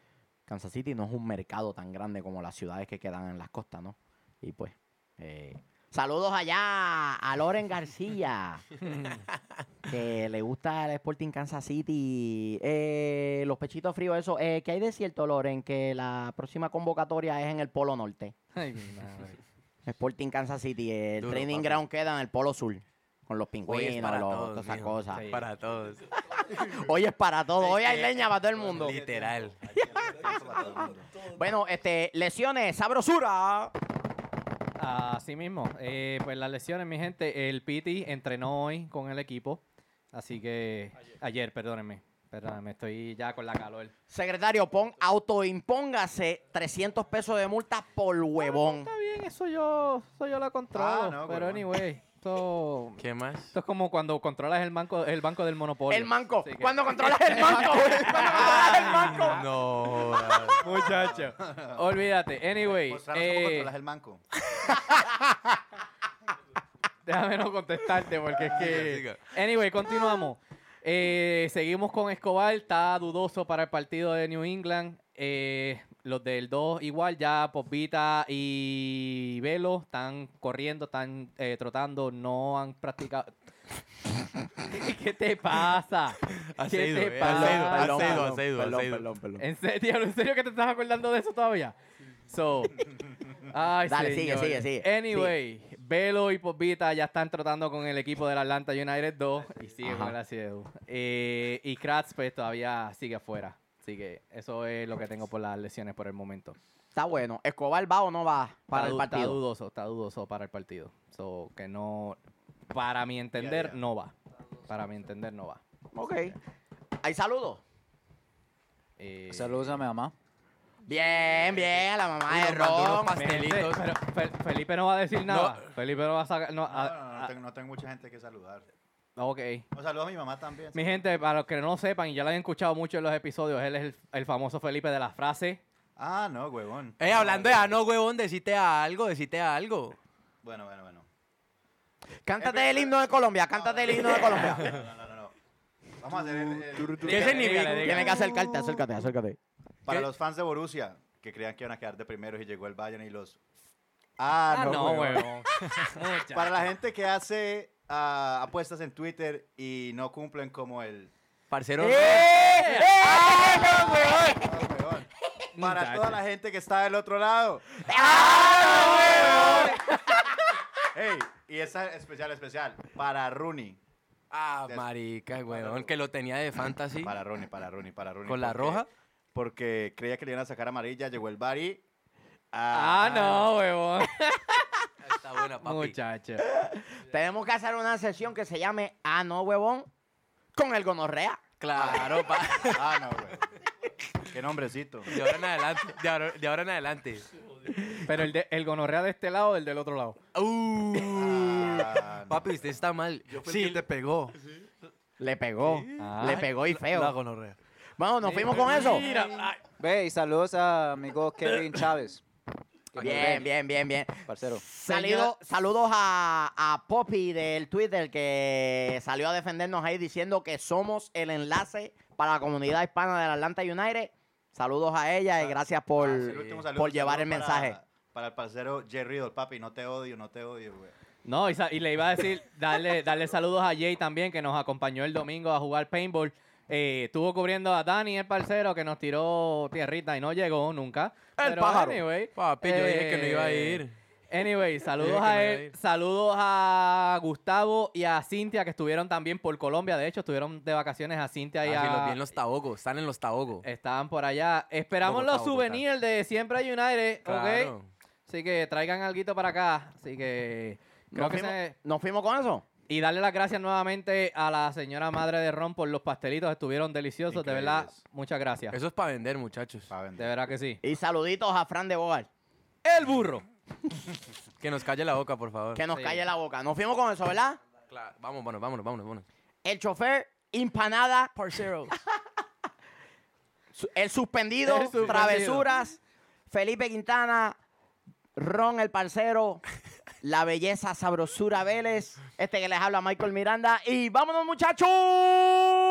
[SPEAKER 1] Kansas City no es un mercado tan grande como las ciudades que quedan en las costas, ¿no? Y pues, eh, saludos allá a Loren García, que le gusta el Sporting Kansas City. Eh, los pechitos fríos, eso. Eh, ¿Qué hay de cierto, Loren? Que la próxima convocatoria es en el Polo Norte.
[SPEAKER 5] Ay, mi madre.
[SPEAKER 1] Sporting Kansas City. El
[SPEAKER 2] Duro,
[SPEAKER 1] training
[SPEAKER 2] papi.
[SPEAKER 1] ground queda en el Polo Sur. Con los
[SPEAKER 2] Hoy es
[SPEAKER 1] pingüinos,
[SPEAKER 2] para
[SPEAKER 1] los-
[SPEAKER 2] todos,
[SPEAKER 1] todas esas
[SPEAKER 2] mijo.
[SPEAKER 1] cosas.
[SPEAKER 5] Sí.
[SPEAKER 2] Para todos.
[SPEAKER 1] Hoy es para todo. Hoy hay
[SPEAKER 2] Eh,
[SPEAKER 1] leña para todo el mundo.
[SPEAKER 2] Literal.
[SPEAKER 1] Bueno, este, lesiones, sabrosura.
[SPEAKER 5] Así mismo, eh, pues las lesiones, mi gente, el Piti entrenó hoy con el equipo, así que ayer, perdónenme, perdónenme, estoy ya con la calor.
[SPEAKER 1] Secretario, pon autoimpóngase 300 pesos de multa por huevón.
[SPEAKER 5] Está bien, eso yo, eso yo lo controlo,
[SPEAKER 4] Ah, no,
[SPEAKER 5] pero
[SPEAKER 4] huevón.
[SPEAKER 5] anyway, esto,
[SPEAKER 2] ¿Qué más?
[SPEAKER 5] esto es como cuando controlas el banco, el banco del monopolio.
[SPEAKER 1] El manco.
[SPEAKER 5] Así que-
[SPEAKER 1] Cuando controlas el manco. Cuando controlas el manco.
[SPEAKER 2] No.
[SPEAKER 5] Muchacho, olvídate, anyway,
[SPEAKER 4] Mostrarnos cómo
[SPEAKER 5] eh,
[SPEAKER 4] controlas el manco.
[SPEAKER 5] déjame no contestarte porque es que...
[SPEAKER 2] Siga, siga.
[SPEAKER 5] Anyway, continuamos. Eh, seguimos con Escobar, está dudoso para el partido de New England. Eh, los del 2 igual, ya Popita y Velo están corriendo, están eh, trotando, no han practicado. ¿Qué te pasa? ¿Qué
[SPEAKER 2] Acedo,
[SPEAKER 5] te
[SPEAKER 2] eh,
[SPEAKER 5] pasa?
[SPEAKER 2] acedo, acedo, acedo, acedo.
[SPEAKER 5] ¿En serio, ¿En serio que te estás acordando de eso todavía? So, ay,
[SPEAKER 1] Dale, sigue,
[SPEAKER 5] señores.
[SPEAKER 1] sigue, sigue,
[SPEAKER 5] Anyway, Velo y Popita ya están tratando con el equipo del Atlanta United 2 y sigue
[SPEAKER 1] Ajá.
[SPEAKER 5] con el ACDU. Eh, y Kratz, pues todavía sigue afuera. Así que eso es lo que tengo por las lesiones por el momento.
[SPEAKER 1] Está bueno. ¿Escobar va o no va para
[SPEAKER 5] Está
[SPEAKER 1] el
[SPEAKER 5] du- Está
[SPEAKER 1] partido?
[SPEAKER 5] dudoso, está dudoso para el partido. So, que no, para mi entender,
[SPEAKER 4] día.
[SPEAKER 5] no va. Para mi entender, no va.
[SPEAKER 1] Ok. ¿Hay saludos?
[SPEAKER 5] Eh,
[SPEAKER 3] Saludos a mi mamá.
[SPEAKER 1] Bien, bien, la mamá
[SPEAKER 2] Uno
[SPEAKER 1] de
[SPEAKER 2] mandó unos
[SPEAKER 1] Ron.
[SPEAKER 5] mi gente,
[SPEAKER 2] pastelitos.
[SPEAKER 5] pero Fe- Felipe no va a decir nada. Felipe no va a sacar. no,
[SPEAKER 4] Ah, No,
[SPEAKER 5] a-
[SPEAKER 4] no, no,
[SPEAKER 2] ah,
[SPEAKER 5] a-
[SPEAKER 4] tengo, no tengo mucha gente que saludar.
[SPEAKER 5] Ok.
[SPEAKER 4] Un saludo a mi mamá también.
[SPEAKER 5] Mi gente, para los que no lo sepan y ya lo han escuchado mucho en los episodios, él es el, el famoso Felipe de las frases.
[SPEAKER 4] Ah, no, huevón.
[SPEAKER 2] Eh, hablando de ah, no, huevón, decite algo, decite algo.
[SPEAKER 4] Bueno, bueno, bueno.
[SPEAKER 1] Cántate el himno de Colombia, cántate el himno de Colombia.
[SPEAKER 4] No, no, no, no. Vamos a hacer el- el-
[SPEAKER 2] ¿Qué significa?
[SPEAKER 1] Tienes que acercarte, acércate, acércate.
[SPEAKER 4] Para
[SPEAKER 2] ¿Qué?
[SPEAKER 4] los fans de Borussia, que creían que iban a quedar de primeros y llegó el Bayern y los... Ah, no, huevón.
[SPEAKER 5] huevón.
[SPEAKER 2] Ah,
[SPEAKER 4] Para la gente que hace ah, apuestas en Twitter y no cumplen como el...
[SPEAKER 2] Parcero.
[SPEAKER 4] Ah, huevón. Para toda la gente que está del otro lado.
[SPEAKER 1] ¡Ah,
[SPEAKER 4] ¡Ah, Hey, y esa especial, especial. Para Rooney.
[SPEAKER 2] Ah, marica, huevón, que lo tenía de fantasy
[SPEAKER 4] Para Rooney, para Rooney, para Rooney.
[SPEAKER 2] con la
[SPEAKER 4] porque-
[SPEAKER 2] roja.
[SPEAKER 4] Porque creía que le iban a sacar amarilla, llegó el bar y...
[SPEAKER 5] Ah, no, huevón.
[SPEAKER 2] Está buena, papi.
[SPEAKER 5] Muchacho.
[SPEAKER 1] Tenemos que hacer una sesión que se llame Ah, no, huevón, con el gonorrea.
[SPEAKER 2] Claro, pa.
[SPEAKER 4] Ah, no, güey. Qué nombrecito.
[SPEAKER 2] De ahora en adelante. De ahora, de ahora en adelante.
[SPEAKER 5] Pero el, de- el gonorrea de este lado o el del otro lado.
[SPEAKER 2] Uh,
[SPEAKER 4] Ah, no.
[SPEAKER 2] papi, usted está mal. Sí,
[SPEAKER 6] te pegó.
[SPEAKER 1] Le pegó, le
[SPEAKER 5] Ah.
[SPEAKER 1] pegó y feo.
[SPEAKER 2] la gonorrea.
[SPEAKER 1] Vamos, nos fuimos con eso.
[SPEAKER 2] Mira, ay,
[SPEAKER 3] Ve, y saludos a amigo Kevin Chávez. que nos
[SPEAKER 1] Bien,
[SPEAKER 3] ve,
[SPEAKER 1] bien, bien, bien.
[SPEAKER 3] Parcero.
[SPEAKER 1] Salido, saludos a, a Poppy del Twitter que salió a defendernos ahí diciendo que somos el enlace para la comunidad hispana del Atlanta United. Saludos a ella y gracias por,
[SPEAKER 4] Ah, El último saludo,
[SPEAKER 1] por
[SPEAKER 4] saludo
[SPEAKER 1] llevar el
[SPEAKER 4] para-
[SPEAKER 1] mensaje.
[SPEAKER 4] Para el parcero Jerry Riddle, papi, no te odio, no te odio, güey.
[SPEAKER 5] No, y, sa- y le iba a decir, darle, darle saludos a Jay también, que nos acompañó el domingo a jugar paintball. Eh, estuvo cubriendo a Dani, el parcero, que nos tiró tierrita y no llegó nunca.
[SPEAKER 1] El pájaro.
[SPEAKER 5] anyway,
[SPEAKER 2] Papi, yo dije que no iba a
[SPEAKER 5] eh,
[SPEAKER 2] ir.
[SPEAKER 5] Anyway, saludos
[SPEAKER 2] que me
[SPEAKER 5] a
[SPEAKER 2] voy a
[SPEAKER 5] él,
[SPEAKER 2] ir.
[SPEAKER 5] saludos a Gustavo y a Cintia que estuvieron también por Colombia. De hecho, estuvieron de vacaciones a Cintia y
[SPEAKER 2] Así Ah, los vi
[SPEAKER 5] a,
[SPEAKER 2] en los tabogos, están en los tabogos.
[SPEAKER 5] Estaban por allá. Esperamos
[SPEAKER 2] Bogotá,
[SPEAKER 5] los
[SPEAKER 2] Bogotá.
[SPEAKER 5] souvenirs de Siempre hay United,
[SPEAKER 2] Claro.
[SPEAKER 5] ¿ok? Así que traigan algo para acá. Así que... creo
[SPEAKER 1] ¿Nos
[SPEAKER 5] que
[SPEAKER 1] fuimos-
[SPEAKER 5] se-
[SPEAKER 1] ¿Nos fuimos con eso?
[SPEAKER 5] Y darle las gracias nuevamente a la señora madre de Ron por los pastelitos. Estuvieron deliciosos, de verdad.
[SPEAKER 4] Increíbles.
[SPEAKER 5] Muchas gracias.
[SPEAKER 2] Eso es para vender, muchachos.
[SPEAKER 4] Pa' vender.
[SPEAKER 5] De verdad que sí.
[SPEAKER 1] Y saluditos a Fran de Boal.
[SPEAKER 5] El burro.
[SPEAKER 2] Que nos calle la boca, por favor.
[SPEAKER 1] Que nos
[SPEAKER 5] Sí.
[SPEAKER 1] calle la boca. Nos fuimos con eso, ¿verdad?
[SPEAKER 2] Claro, Vamos, vámonos, vámonos, vámonos, vámonos.
[SPEAKER 1] El chofer, empanada,
[SPEAKER 2] Parceros.
[SPEAKER 1] su- el suspendido,
[SPEAKER 5] El suspendido.
[SPEAKER 1] travesuras, Felipe Quintana, Ron el parcero, la belleza sabrosura Vélez, este que les habla Michael Miranda. Y vámonos, muchachos.